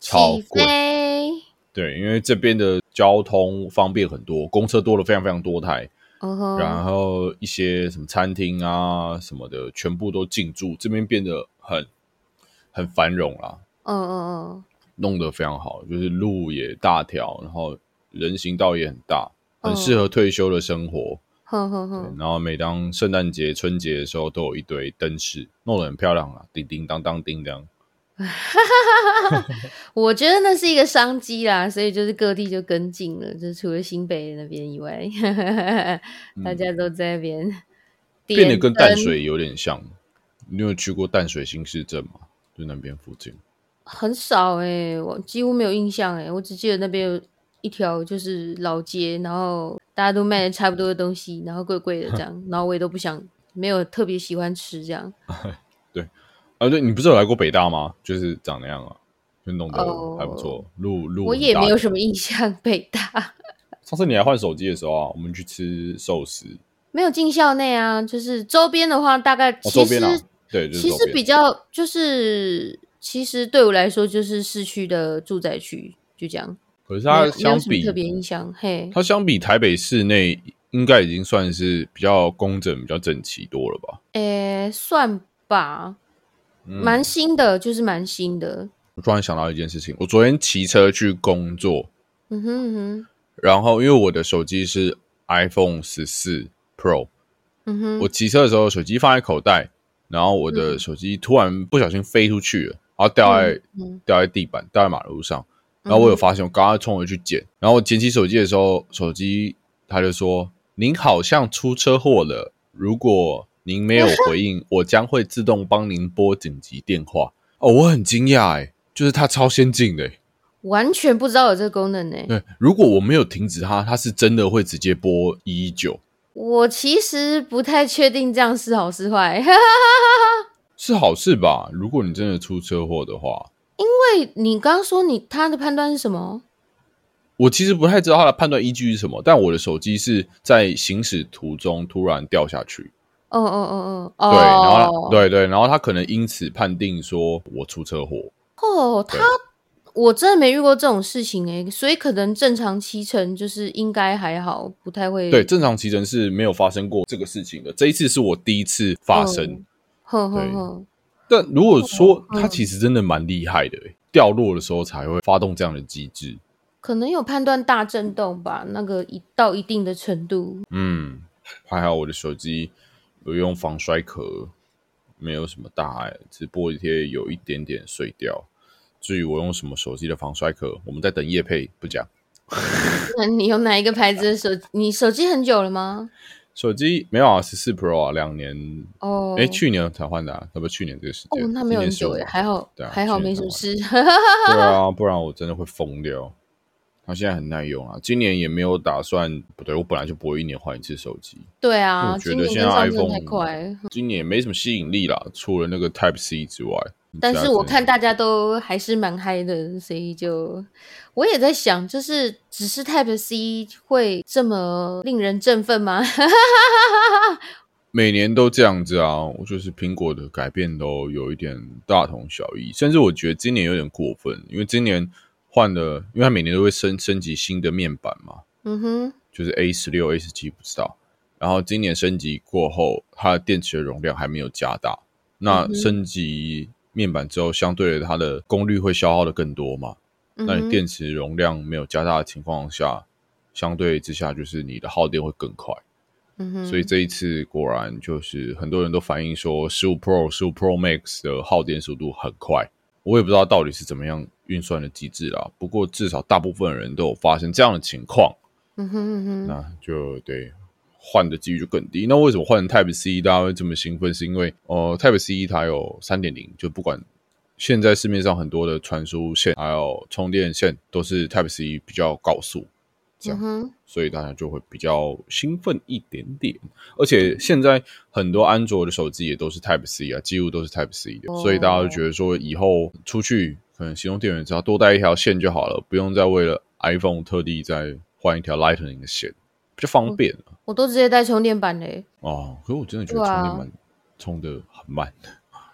[SPEAKER 1] 超
[SPEAKER 2] 起
[SPEAKER 1] 贵。
[SPEAKER 2] 飞，
[SPEAKER 1] 对，因为这边的交通方便很多，公车多了非常非常多台，
[SPEAKER 2] 嗯哼，
[SPEAKER 1] 然后一些什么餐厅啊什么的，全部都进驻，这边变得很很繁荣啦，
[SPEAKER 2] 嗯嗯
[SPEAKER 1] 弄得非常好，就是路也大条，然后人行道也很大，很
[SPEAKER 2] 嗯
[SPEAKER 1] 适合退休的生活。
[SPEAKER 2] 嗯，哼哼
[SPEAKER 1] 对
[SPEAKER 2] 哼，
[SPEAKER 1] 然后每当圣诞节、春节的时候，都有一堆灯饰，弄得很漂亮啦，叮叮当当，叮当。
[SPEAKER 2] 我觉得那是一个商机啦，所以就是各地就跟进了，就除了新北那边以外， 大家都在那边
[SPEAKER 1] 嗯变得
[SPEAKER 2] 点
[SPEAKER 1] 跟淡
[SPEAKER 2] 灯
[SPEAKER 1] 水有点像。你有去过淡水新市镇吗？就那边附近。
[SPEAKER 2] 欸很少哎、我几乎没有印象哎、我只记得那边有一条就是老街，然后大家都卖的差不多的东西，然后贵贵的 这样，然后我也都不想，没有特别喜欢吃这样。
[SPEAKER 1] 啊，对，你不是有来过北大吗？就是长那样啊，就弄得
[SPEAKER 2] 哦
[SPEAKER 1] 还不错。路路
[SPEAKER 2] 我
[SPEAKER 1] 很
[SPEAKER 2] 也
[SPEAKER 1] 大
[SPEAKER 2] 没有
[SPEAKER 1] 的
[SPEAKER 2] 什么印象，北大
[SPEAKER 1] 上次你来换手机的时候啊，我们去吃寿司，
[SPEAKER 2] 没有进校内啊，就是周边的话，大概
[SPEAKER 1] 哦，
[SPEAKER 2] 其
[SPEAKER 1] 周
[SPEAKER 2] 实、
[SPEAKER 1] 边啊，对，就是
[SPEAKER 2] 其
[SPEAKER 1] 周
[SPEAKER 2] 实
[SPEAKER 1] 边
[SPEAKER 2] 比较就是，其实对我来说就是市区的住宅区，就这样。
[SPEAKER 1] 可是
[SPEAKER 2] 没有
[SPEAKER 1] 它
[SPEAKER 2] 没有
[SPEAKER 1] 相
[SPEAKER 2] 什么
[SPEAKER 1] 比
[SPEAKER 2] 特别印象，嘿，
[SPEAKER 1] 它相比台北市内，应该已经算是比较工整、比较整齐多了吧？
[SPEAKER 2] 诶、算吧，
[SPEAKER 1] 嗯
[SPEAKER 2] 蛮新的，就是蛮新的。
[SPEAKER 1] 我突然想到一件事情，我昨天骑车去工作，
[SPEAKER 2] 嗯哼嗯哼
[SPEAKER 1] 然后因为我的手机是 iPhone 十四 Pro，
[SPEAKER 2] 嗯
[SPEAKER 1] 我
[SPEAKER 2] 哼，
[SPEAKER 1] 骑车的时候手机放在口袋，然后我的手机突然不小心飞出去了，然后掉在、
[SPEAKER 2] 嗯
[SPEAKER 1] 掉在地板，掉在马路上。然后我有发现，我刚刚冲回去捡，然后我捡起手机的时候，手机他就说：“您好像出车祸了，如果您 没有回应，我将会自动帮您拨紧急电话。”哦，我很惊讶哎，就是它超先进的欸，
[SPEAKER 2] 完全不知道有这个功能呢、
[SPEAKER 1] 对，如果我没有停止它，它是真的会直接拨一一九，
[SPEAKER 2] 我其实不太确定这样是好是坏， 因
[SPEAKER 1] 是好事吧？如果你真的出车祸的话，
[SPEAKER 2] 为你刚刚说你他的判断是什么？
[SPEAKER 1] 我其实不太知道它的判断依据是什么，但我的手机是在行驶途中突然掉下去，
[SPEAKER 2] 哦哦哦哦哦，
[SPEAKER 1] 对，然后它对对，然后他可能因此判定说我出车祸，
[SPEAKER 2] 哦，
[SPEAKER 1] 对
[SPEAKER 2] 他我真的没遇过这种事情诶、所以可能正常骑乘就是应该还好，不太会
[SPEAKER 1] 对，，正常骑乘是没有发生过这个事情的，这一次是我第一次发生。
[SPEAKER 2] 嗯哼
[SPEAKER 1] 对
[SPEAKER 2] 哼哼，
[SPEAKER 1] 但如果说
[SPEAKER 2] 嗯
[SPEAKER 1] 它其实真的蛮厉害的、欸，掉落的时候才会发动这样的机制，
[SPEAKER 2] 可能有判断大震动吧，那个一到一定的程度，
[SPEAKER 1] 嗯，还好我的手机有用防摔壳，没有什么大碍，只不过一些有一点点碎掉。至于我用什么手机的防摔壳，我们在等叶配，不讲。
[SPEAKER 2] 那你用哪一个牌子的手？你手机很久了吗？
[SPEAKER 1] 手机没有啊，十四 Pro 啊，两年
[SPEAKER 2] 哦，
[SPEAKER 1] 哎、去年才换的、啊，差不多去年这个时
[SPEAKER 2] 哦
[SPEAKER 1] 间。，
[SPEAKER 2] 那没有很久
[SPEAKER 1] 哎
[SPEAKER 2] 哎，，还好
[SPEAKER 1] 对啊
[SPEAKER 2] 还好
[SPEAKER 1] 去
[SPEAKER 2] 没
[SPEAKER 1] 年
[SPEAKER 2] 什么事。
[SPEAKER 1] 对啊，不然我真的会疯掉。它现在很耐用啊，今年也没有打算，不对，我本来就不会一年换一次手机，
[SPEAKER 2] 对
[SPEAKER 1] 因为
[SPEAKER 2] 啊，
[SPEAKER 1] 我觉
[SPEAKER 2] 今
[SPEAKER 1] 得
[SPEAKER 2] 年
[SPEAKER 1] 现
[SPEAKER 2] 跟
[SPEAKER 1] 在
[SPEAKER 2] 上真
[SPEAKER 1] iPhone
[SPEAKER 2] 的太快了，
[SPEAKER 1] 今年也没什么吸引力啦，除了那个 Type C 之外。
[SPEAKER 2] 但
[SPEAKER 1] 其
[SPEAKER 2] 是
[SPEAKER 1] 他
[SPEAKER 2] 我
[SPEAKER 1] 真的
[SPEAKER 2] 看大家都还是蛮嗨的，所以就我也在想，就是只是 Type C 会这么令人振奋吗？
[SPEAKER 1] 每年都这样子啊，我就是苹果的改变都有一点大同小异，甚至我觉得今年有点过分，因为今年换了，因为它每年都会升升级新的面板嘛，
[SPEAKER 2] 嗯哼，
[SPEAKER 1] 就是 A 十六、A 十七不知道。然后今年升级过后，它的电池的容量还没有加大。那
[SPEAKER 2] 嗯哼
[SPEAKER 1] 升级面板之后，相对的它的功率会消耗的更多嘛？
[SPEAKER 2] 嗯
[SPEAKER 1] 那你
[SPEAKER 2] 哼，
[SPEAKER 1] 电池容量没有加大的情况下，相对之下就是你的耗电会更快。
[SPEAKER 2] 嗯哼，
[SPEAKER 1] 所以这一次果然就是很多人都反映说，十五 Pro、十五 Pro Max 的耗电速度很快。我也不知道到底是怎么样运算的机制啦，不过至少大部分人都有发生这样的情况。
[SPEAKER 2] 嗯哼嗯哼，
[SPEAKER 1] 那就得换的几率就更低。那为什么换成 Type C 大家会这么兴奋？是因为呃 Type C 它有三点零，就不管现在市面上很多的传输线还有充电线都是 Type C 比较高速，这
[SPEAKER 2] 嗯
[SPEAKER 1] 样
[SPEAKER 2] 哼，
[SPEAKER 1] 所以大家就会比较兴奋一点点。而且现在很多安卓的手机也都是 Type C 啊，几乎都是 Type C 的，
[SPEAKER 2] 哦
[SPEAKER 1] 所以大家就觉得说以后出去可能行动电源只要多带一条线就好了，不用再为了 iPhone 特地再换一条 Lightning 的线，比较
[SPEAKER 2] 哦
[SPEAKER 1] 方便啊。
[SPEAKER 2] 我都直接带充电板嘞。
[SPEAKER 1] 哦，可是我真的觉得
[SPEAKER 2] 对
[SPEAKER 1] 充
[SPEAKER 2] 啊
[SPEAKER 1] 电蛮充的很慢，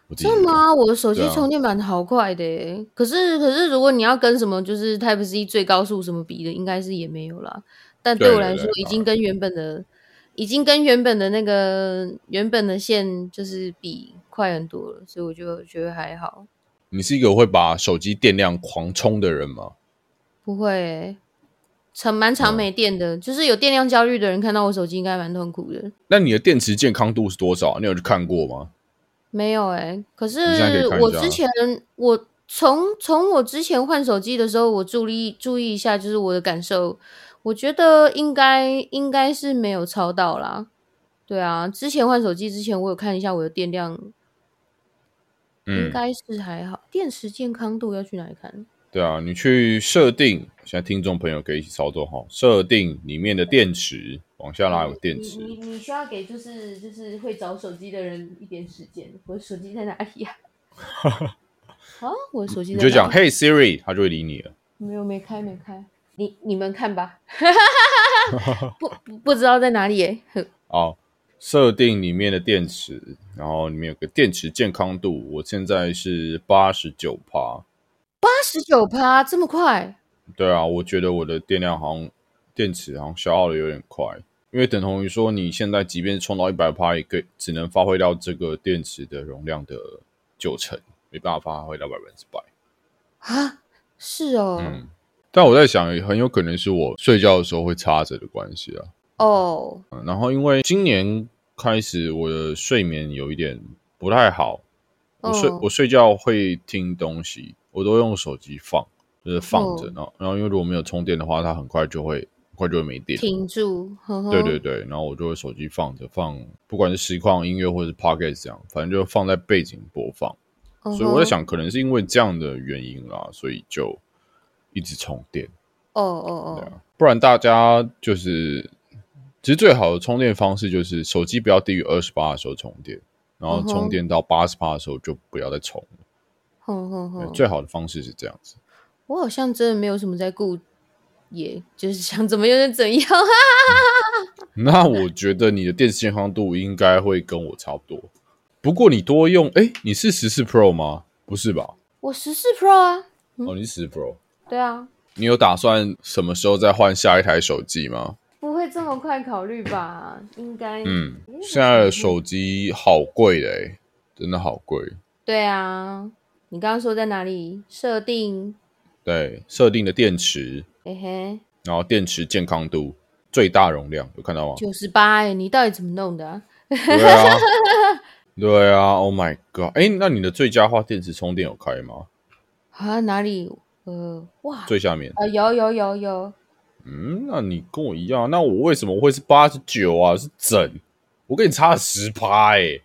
[SPEAKER 1] 我自己觉
[SPEAKER 2] 真
[SPEAKER 1] 得
[SPEAKER 2] 的？吗？我的手机
[SPEAKER 1] 对啊
[SPEAKER 2] 充电板好快的耶、可是可是如果你要跟什么就是 Type C 最高速什么比的，应该是也没有啦。但
[SPEAKER 1] 对
[SPEAKER 2] 对我
[SPEAKER 1] 对
[SPEAKER 2] 来
[SPEAKER 1] 对
[SPEAKER 2] 说，已
[SPEAKER 1] 当
[SPEAKER 2] 经跟原本的，已经跟原本的那个原本的线就是比快很多了，所以我就觉得还好，
[SPEAKER 1] 你是一个会把手机电量狂充的人吗？
[SPEAKER 2] 不会耶、常蛮常
[SPEAKER 1] 嗯
[SPEAKER 2] 没电的，就是有电量焦虑的人看到我手机应该蛮痛苦的。
[SPEAKER 1] 那你的电池健康度是多少？你有去看过吗？
[SPEAKER 2] 没有哎、可是
[SPEAKER 1] 现在可以看一
[SPEAKER 2] 我
[SPEAKER 1] 下
[SPEAKER 2] 之前我从从我之前换手机的时候，我注意注意一下，就是我的感受，我觉得应该应该是没有超到啦。对啊，之前换手机之前，我有看一下我的电量，应
[SPEAKER 1] 嗯，
[SPEAKER 2] 该是还好。电池健康度要去哪里看？
[SPEAKER 1] 对啊，你去设定，现在听众朋友可以一起操作哈，设定里面的电池，往下拉有电池，
[SPEAKER 2] 你你你需要给就是就是会找手机的人一点时间。我的手机在哪里 呀、啊？啊，我的手机
[SPEAKER 1] 你就
[SPEAKER 2] 在哪
[SPEAKER 1] 讲 “Hey Siri”，它就会理你了。
[SPEAKER 2] 没有没开没开，你你们看 吧，不不不知道在哪里耶。
[SPEAKER 1] 哦，设定里面的电池，然后里面有个电池健康度，我现在是八十九帕。
[SPEAKER 2] 八十九趴，这么快？
[SPEAKER 1] 对啊，我觉得我的电量好像电池好像消耗的有点快，因为等同于说你现在即便是充到一百帕，也可以只能发挥到这个电池的容量的九成，没办法发挥到百分之百。
[SPEAKER 2] 啊，是哦，
[SPEAKER 1] 嗯，但我在想，很有可能是我睡觉的时候会插着的关系啊。
[SPEAKER 2] 哦，
[SPEAKER 1] 嗯然后因为今年开始我的睡眠有一点不太好，我睡、
[SPEAKER 2] 哦
[SPEAKER 1] 我睡觉会听东西，我都用手机放，就是放着，
[SPEAKER 2] 哦
[SPEAKER 1] 然后然后因为如果没有充电的话，它很快就会很快就会没电。
[SPEAKER 2] 停嗯住，呵呵
[SPEAKER 1] 对对对，然后我就会手机放着放，不管是实况音乐或是 podcast 这样，反正就放在背景播放。
[SPEAKER 2] 嗯哼
[SPEAKER 1] 所以我在，想，可能是因为这样的原因啦，所以就一直充电。
[SPEAKER 2] 哦哦
[SPEAKER 1] 对
[SPEAKER 2] 哦，
[SPEAKER 1] 啊，不然大家就是，其实最好的充电方式就是手机不要低于二十八的时候充电，然后
[SPEAKER 2] 嗯哼
[SPEAKER 1] 充电到八十八的时候就不要再充了。
[SPEAKER 2] 哼哼
[SPEAKER 1] 对
[SPEAKER 2] 哼，
[SPEAKER 1] 最好的方式是这样子。
[SPEAKER 2] 我好像真的没有什么在顾，也就是想怎么样就怎样，
[SPEAKER 1] 那我觉得你的电池健康度应该会跟我差不多，不过你多用，哎，你是十四 Pro 吗？不是吧？
[SPEAKER 2] 我十四 Pro 啊，
[SPEAKER 1] 哦，你是十 Pro，
[SPEAKER 2] 对啊，
[SPEAKER 1] 你有打算什么时候再换下一台手机吗？
[SPEAKER 2] 不会这么快考虑吧？应该，
[SPEAKER 1] 嗯
[SPEAKER 2] 没有，
[SPEAKER 1] 现在的手机好贵嘞、诶真的好贵。
[SPEAKER 2] 对啊，你刚刚说在哪里设定？
[SPEAKER 1] 对，设定的电池，
[SPEAKER 2] 嘿嘿，
[SPEAKER 1] 然后电池健康度最大容量，有看到吗？
[SPEAKER 2] 九十八哎，你到底怎么弄的、啊？
[SPEAKER 1] 对啊， 对啊，Oh my god！哎，那你的最佳化电池充电有开吗？
[SPEAKER 2] 啊，哪里？呃，哇，
[SPEAKER 1] 最下面，
[SPEAKER 2] 啊，有有有有，
[SPEAKER 1] 嗯，那你跟我一样，那我为什么会是八十九啊？是整，我跟你差了十趴哎，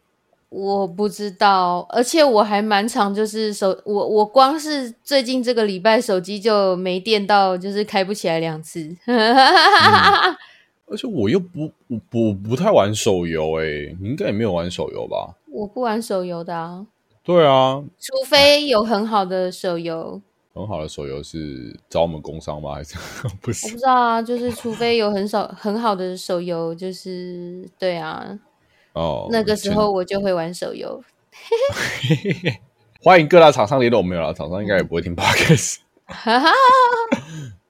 [SPEAKER 2] 我不知道，而且我还蛮常就是手，我我光是最近这个礼拜手机就没电到，就是开不起来两次。
[SPEAKER 1] 而且我又不我不我不太玩手游哎，你应该也没有玩手游吧？
[SPEAKER 2] 我不玩手游的啊，
[SPEAKER 1] 对啊，
[SPEAKER 2] 除非有很好的手游，
[SPEAKER 1] 很好的手游是找我们工商吗？ 还是不
[SPEAKER 2] 我不
[SPEAKER 1] 是？
[SPEAKER 2] 知道啊，就是除非有很少很好的手游，就是对啊，
[SPEAKER 1] 哦，
[SPEAKER 2] 那个时候我就会玩手游。
[SPEAKER 1] 欢迎各大厂商联络我们有啦，厂商应该也不会听 podcast。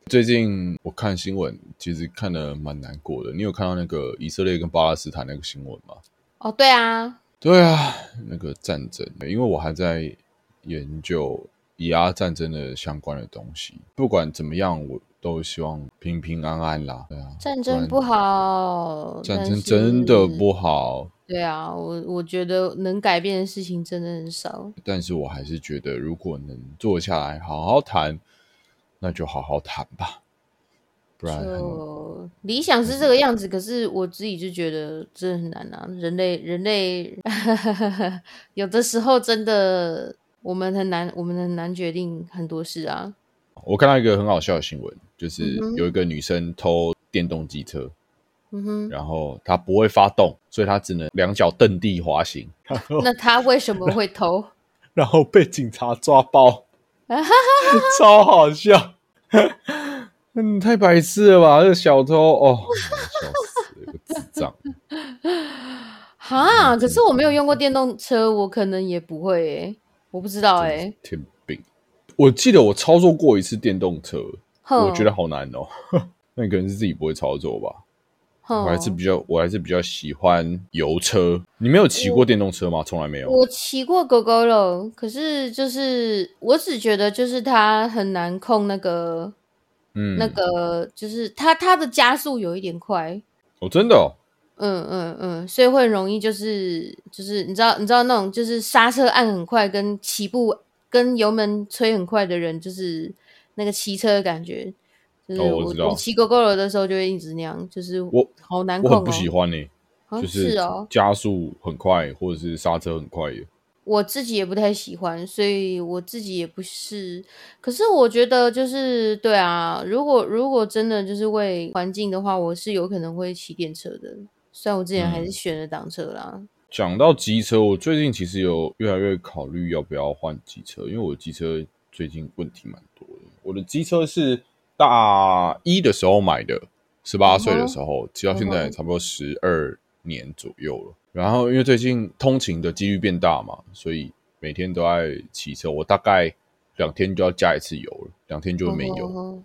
[SPEAKER 1] 最近我看新闻，其实看的蛮难过的。你有看到那个以色列跟巴勒斯坦那个新闻吗？
[SPEAKER 2] 哦，对啊，
[SPEAKER 1] 对啊，那个战争，因为我还在研究以阿战争的相关的东西。不管怎么样，我都希望平平安安啦。对啊，
[SPEAKER 2] 战
[SPEAKER 1] 然
[SPEAKER 2] 争不好，
[SPEAKER 1] 战
[SPEAKER 2] 但
[SPEAKER 1] 争
[SPEAKER 2] 是
[SPEAKER 1] 真的不好，
[SPEAKER 2] 对啊，我我觉得能改变的事情真的很少。
[SPEAKER 1] 但是我还是觉得，如果能坐下来好好谈，那就好好谈吧，不然很
[SPEAKER 2] 就理想是这个样子，可是我自己就觉得真的很难啊。人类，人类 有的时候真的我们很难，我们很难决定很多事啊。
[SPEAKER 1] 我看到一个很好笑的新闻，就是
[SPEAKER 2] 嗯哼
[SPEAKER 1] 有一个女生偷电动机车，
[SPEAKER 2] 嗯哼，
[SPEAKER 1] 然后她不会发动，所以她只能两脚蹬地滑行，
[SPEAKER 2] 那他为什么 会投？
[SPEAKER 1] 然后被警察抓 包，超好笑。嗯，太白痴了吧，这个小偷哦，笑死了，个智障。
[SPEAKER 2] 哈，可是我没有用过电动车，我可能也不会诶、我不知道诶、
[SPEAKER 1] 天病！我记得我操作过一次电动车，
[SPEAKER 2] 哼
[SPEAKER 1] 我觉得好难哦。 那你可能是自己不会操作吧？
[SPEAKER 2] 哼
[SPEAKER 1] 我还是比较，我还是比较喜欢油车。你没有骑过电动车吗？从来没有。
[SPEAKER 2] 我骑过狗狗肉，可是就是我只觉得就是它很难控那个、
[SPEAKER 1] 嗯，
[SPEAKER 2] 那个，就是它它的加速有一点快，
[SPEAKER 1] 哦，真的哦，
[SPEAKER 2] 嗯嗯嗯，所以会容易就是就是你知道你知道那种就是刹车按很快跟起步跟油门吹很快的人，就是那个骑车的感觉。就是
[SPEAKER 1] 哦我
[SPEAKER 2] 我、
[SPEAKER 1] 知道
[SPEAKER 2] 我骑狗狗肉的时候就会一直那样，就是
[SPEAKER 1] 我
[SPEAKER 2] 好难
[SPEAKER 1] 我
[SPEAKER 2] 控、哦
[SPEAKER 1] 很不喜欢呢、
[SPEAKER 2] 啊
[SPEAKER 1] 就是
[SPEAKER 2] 哦，
[SPEAKER 1] 加速很快或者是刹车很快的。
[SPEAKER 2] 我自己也不太喜欢，所以我自己也不是。可是我觉得就是对啊，如果如果真的就是为环境的话，我是有可能会骑电车的。虽然我之前
[SPEAKER 1] 嗯
[SPEAKER 2] 还是选了挡车啦，
[SPEAKER 1] 讲到机车，我最近其实有越来越考虑要不要换机车，因为我的机车最近问题蛮多的。我的机车是大一的时候买的，十
[SPEAKER 2] 嗯
[SPEAKER 1] 八岁的时候，骑到现在差不多十二年左右了。然后因为最近通勤的几率变大嘛，所以每天都在骑车，我大概两天就要加一次油了，两天就没嗯油。
[SPEAKER 2] 哦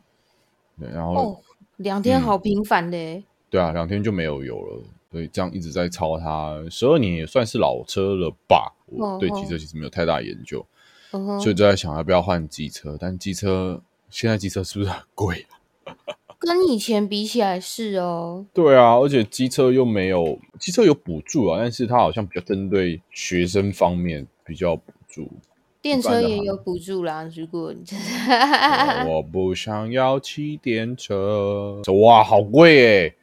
[SPEAKER 1] 对然后、
[SPEAKER 2] 哦，两天好频繁欸嘞。
[SPEAKER 1] 对啊，两天就没有油了，所以这样一直在超它，十二年也算是老车了吧？我对机车其实没有太大研究，
[SPEAKER 2] 嗯哼，
[SPEAKER 1] 所以就在想要不要换机车，但机车现在机车是不是很贵？啊
[SPEAKER 2] 跟以前比起来是哦，
[SPEAKER 1] 对啊，而且机车又没有，机车有补助啊，但是它好像比较针对学生方面比较补助。
[SPEAKER 2] 电车
[SPEAKER 1] 一般的
[SPEAKER 2] 也
[SPEAKER 1] 哈
[SPEAKER 2] 有补助啦。如果你真的
[SPEAKER 1] 我不想要骑电车，哇，好贵哎、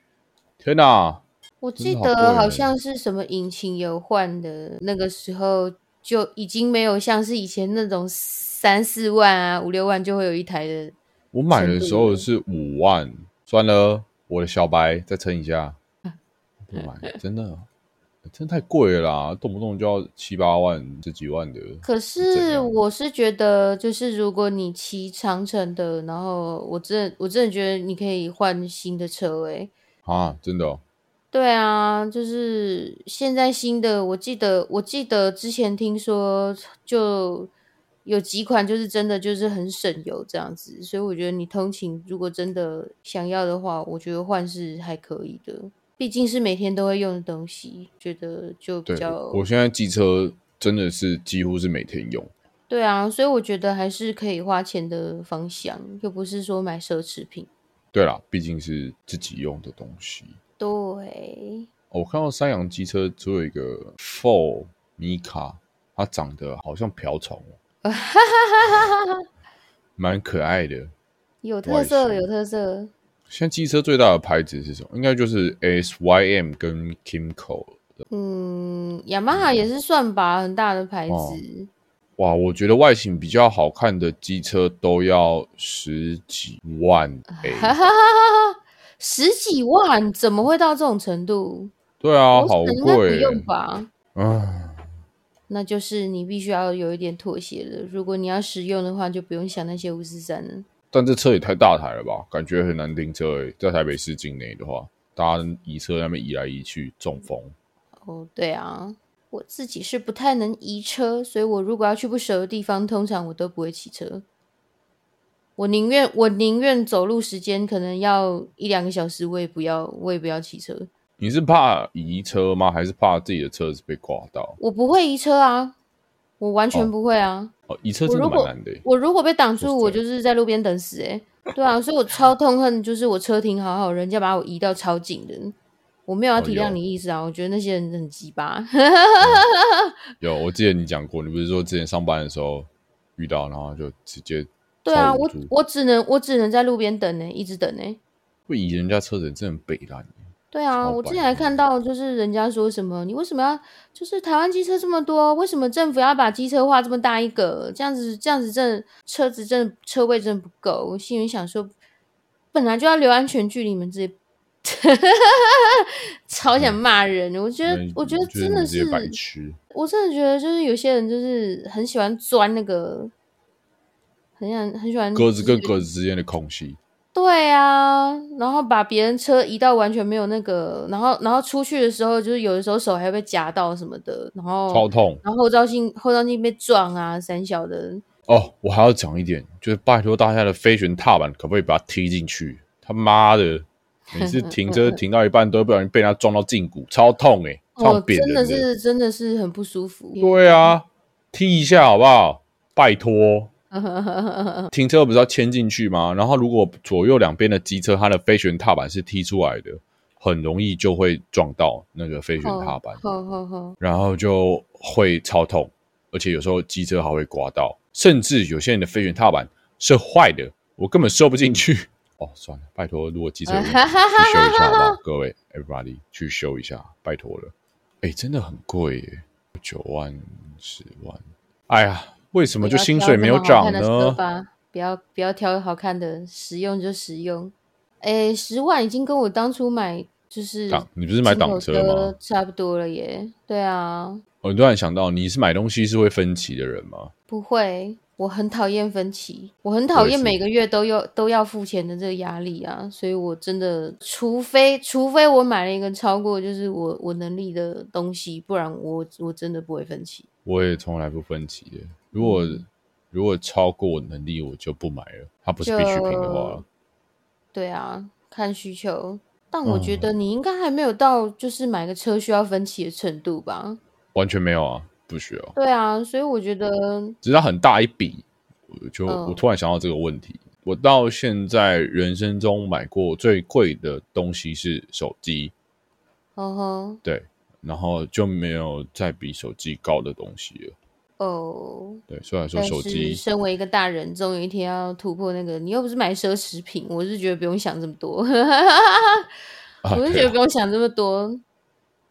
[SPEAKER 1] 天哪！
[SPEAKER 2] 我记
[SPEAKER 1] 真的好贵
[SPEAKER 2] 得好
[SPEAKER 1] 欸
[SPEAKER 2] 像是什么引擎油换的，那个时候就已经没有像是以前那种三四万啊、五六万就会有一台的。
[SPEAKER 1] 我买的时候是五万，算了，我的小白再撑一下，
[SPEAKER 2] 嗯
[SPEAKER 1] 不买，真的，真的太贵了啦，动不动就要七八万、十几万的。
[SPEAKER 2] 可
[SPEAKER 1] 怎
[SPEAKER 2] 是
[SPEAKER 1] 样
[SPEAKER 2] 我是觉得，就是如果你骑长城的，然后我真的我真的觉得你可以换新的车欸诶、
[SPEAKER 1] 啊，真的哦、
[SPEAKER 2] 对啊，就是现在新的，我记得我记得之前听说就有几款就是真的就是很省油这样子，所以我觉得你通勤如果真的想要的话，我觉得换是还可以的，毕竟是每天都会用的东西，觉得就比
[SPEAKER 1] 对
[SPEAKER 2] 较，
[SPEAKER 1] 我现在机车真的是几乎是每天用，
[SPEAKER 2] 对啊，所以我觉得还是可以花钱的方向，又不是说买奢侈品。
[SPEAKER 1] 对啦，毕竟是自己用的东西。
[SPEAKER 2] 对，
[SPEAKER 1] 哦我看到三洋机车只有一个 Four 米卡，它长得好像瓢虫 哦，蛮可爱的。
[SPEAKER 2] 有
[SPEAKER 1] 外
[SPEAKER 2] 特色，
[SPEAKER 1] 形
[SPEAKER 2] 有特色。
[SPEAKER 1] 现在机车最大的牌子是什么？应该就是 SYM 跟 Kimco 了。
[SPEAKER 2] 嗯，雅马哈也是算吧，很大的牌子。
[SPEAKER 1] 哦哇，我觉得外形比较好看的机车都要十几万哎、
[SPEAKER 2] 哈哈哈哈！ 十几万怎么会到这种程度？
[SPEAKER 1] 对啊，好
[SPEAKER 2] 我想应该不
[SPEAKER 1] 贵、
[SPEAKER 2] 用
[SPEAKER 1] 欸。
[SPEAKER 2] 吧？
[SPEAKER 1] 啊，
[SPEAKER 2] 那就是你必须要有一点妥协了。如果你要实用的话，就不用想那些五四三了。
[SPEAKER 1] 但这车也太大台了吧，感觉很难停车哎、在台北市境内的话，大家移车在那边移来移去，中风。
[SPEAKER 2] 哦，对啊，我自己是不太能移车，所以我如果要去不熟的地方，通常我都不会骑车。我宁愿我宁愿走路时间可能要一两个小时，我也不要我也不要骑车。
[SPEAKER 1] 你是怕移车吗？还是怕自己的车子被刮到？
[SPEAKER 2] 我不会移车啊，我完全
[SPEAKER 1] 哦
[SPEAKER 2] 不会啊。
[SPEAKER 1] 哦，移车
[SPEAKER 2] 我
[SPEAKER 1] 真的
[SPEAKER 2] 如
[SPEAKER 1] 蛮
[SPEAKER 2] 果
[SPEAKER 1] 难的、欸。
[SPEAKER 2] 我如果被挡住，
[SPEAKER 1] 我
[SPEAKER 2] 我
[SPEAKER 1] 是这
[SPEAKER 2] 就是在路边等死哎、对啊，所以我超痛恨，就是我车停好好，人家把我移到超紧的。我没有要
[SPEAKER 1] 哦
[SPEAKER 2] 体
[SPEAKER 1] 有
[SPEAKER 2] 谅你意思啊，我觉得那些人很鸡巴。
[SPEAKER 1] 有，我记得你讲过，你不是说之前上班的时候遇到，然后就直接
[SPEAKER 2] 对啊，
[SPEAKER 1] 超无
[SPEAKER 2] 我
[SPEAKER 1] 助
[SPEAKER 2] 我只能我只能在路边等呢、欸一直等呢、
[SPEAKER 1] 会移人家车子，真的很北烂。
[SPEAKER 2] 对啊，
[SPEAKER 1] 超
[SPEAKER 2] 我之前
[SPEAKER 1] 白
[SPEAKER 2] 还
[SPEAKER 1] 目
[SPEAKER 2] 看到，就是人家说什么，你为什么要，就是台湾机车这么多，为什么政府要把机车画这么大一个？这样子，这样子真的车子真的车位真的不够。我心里想说，本来就要留安全距离，你们这些 超
[SPEAKER 1] 嗯
[SPEAKER 2] 想骂人。我觉得
[SPEAKER 1] 因为，
[SPEAKER 2] 我觉得
[SPEAKER 1] 你
[SPEAKER 2] 真的
[SPEAKER 1] 这些
[SPEAKER 2] 是，
[SPEAKER 1] 白痴，
[SPEAKER 2] 我真的觉得就是有些人就是很喜欢钻那个，很想很喜欢
[SPEAKER 1] 格子跟
[SPEAKER 2] 就是
[SPEAKER 1] 格子之间的空隙，
[SPEAKER 2] 对啊，然后把别人车移到完全没有那个，然后然后出去的时候，就是有的时候手还会被夹到什么的，然
[SPEAKER 1] 超
[SPEAKER 2] 后
[SPEAKER 1] 痛
[SPEAKER 2] 然后后照镜后照镜被撞啊，三小的，
[SPEAKER 1] 哦！我还要讲一点，就是拜托大家的飞旋踏板可不可以把它踢进去？他妈 的，每次停车停到一半都不小心被人家撞到胫骨，超痛哎、欸，超
[SPEAKER 2] 哦，
[SPEAKER 1] 扁
[SPEAKER 2] 真的
[SPEAKER 1] 人
[SPEAKER 2] 是真的是很不舒服。
[SPEAKER 1] 对啊，踢一下好不好？拜托，停车不是要牵进去吗？然后如果左右两边的机车，它的飞旋踏板是踢出来的，很容易就会撞到那个飞旋
[SPEAKER 2] 好，
[SPEAKER 1] 踏板，
[SPEAKER 2] 好好好，
[SPEAKER 1] 然后就会超痛，而且有时候机车还会刮到，甚至有些人的飞旋踏板是坏的，我根本收不进去。哦，算了，拜托，如果机车有问题去修一下好不好？各位，everybody 去修一下，拜托了。哎，真的很贵耶，九万、十万。哎呀，为什么就薪水没有
[SPEAKER 2] 不要挑
[SPEAKER 1] 涨
[SPEAKER 2] 那么好看的车
[SPEAKER 1] 呢？
[SPEAKER 2] 吧，不要不要挑好看的，实用就实用。哎，十万已经跟我当初买就是
[SPEAKER 1] 挡，你不是买挡车
[SPEAKER 2] 进口
[SPEAKER 1] 吗？
[SPEAKER 2] 差不多了耶。对啊，
[SPEAKER 1] 我突然想到，你是买东西是会分期的人吗？
[SPEAKER 2] 不会，我很讨厌分期，我很讨
[SPEAKER 1] 我也
[SPEAKER 2] 厌
[SPEAKER 1] 是
[SPEAKER 2] 每个月都要都要付钱的这个压力啊，所以我真的，除非除非我买了一个超过就是我我能力的东西，不然我我真的不会分期。
[SPEAKER 1] 我也从来不分期的。如果
[SPEAKER 2] 嗯
[SPEAKER 1] 如果超过我能力，我就不买了。它不是必需品的话
[SPEAKER 2] 就，对啊，看需求，但我觉
[SPEAKER 1] 嗯
[SPEAKER 2] 得你应该还没有到就是买个车需要分期的程度吧？
[SPEAKER 1] 完全没有啊，不需要。
[SPEAKER 2] 对啊，所以我觉得
[SPEAKER 1] 只是它很大一笔，我就、
[SPEAKER 2] 嗯
[SPEAKER 1] 我突然想到这个问题。我到现在人生中买过最贵的东西是手机，
[SPEAKER 2] 嗯哼，
[SPEAKER 1] 对，然后就没有再比手机高的东西了。
[SPEAKER 2] 哦，
[SPEAKER 1] 对，虽然说
[SPEAKER 2] 但
[SPEAKER 1] 手
[SPEAKER 2] 是
[SPEAKER 1] 机
[SPEAKER 2] 身为一个大人，总有一天要突破那个。你又不是买奢侈品，我是觉得不用想这么多，
[SPEAKER 1] 啊，
[SPEAKER 2] 我是觉
[SPEAKER 1] 对
[SPEAKER 2] 得
[SPEAKER 1] 啊
[SPEAKER 2] 不用想这么多，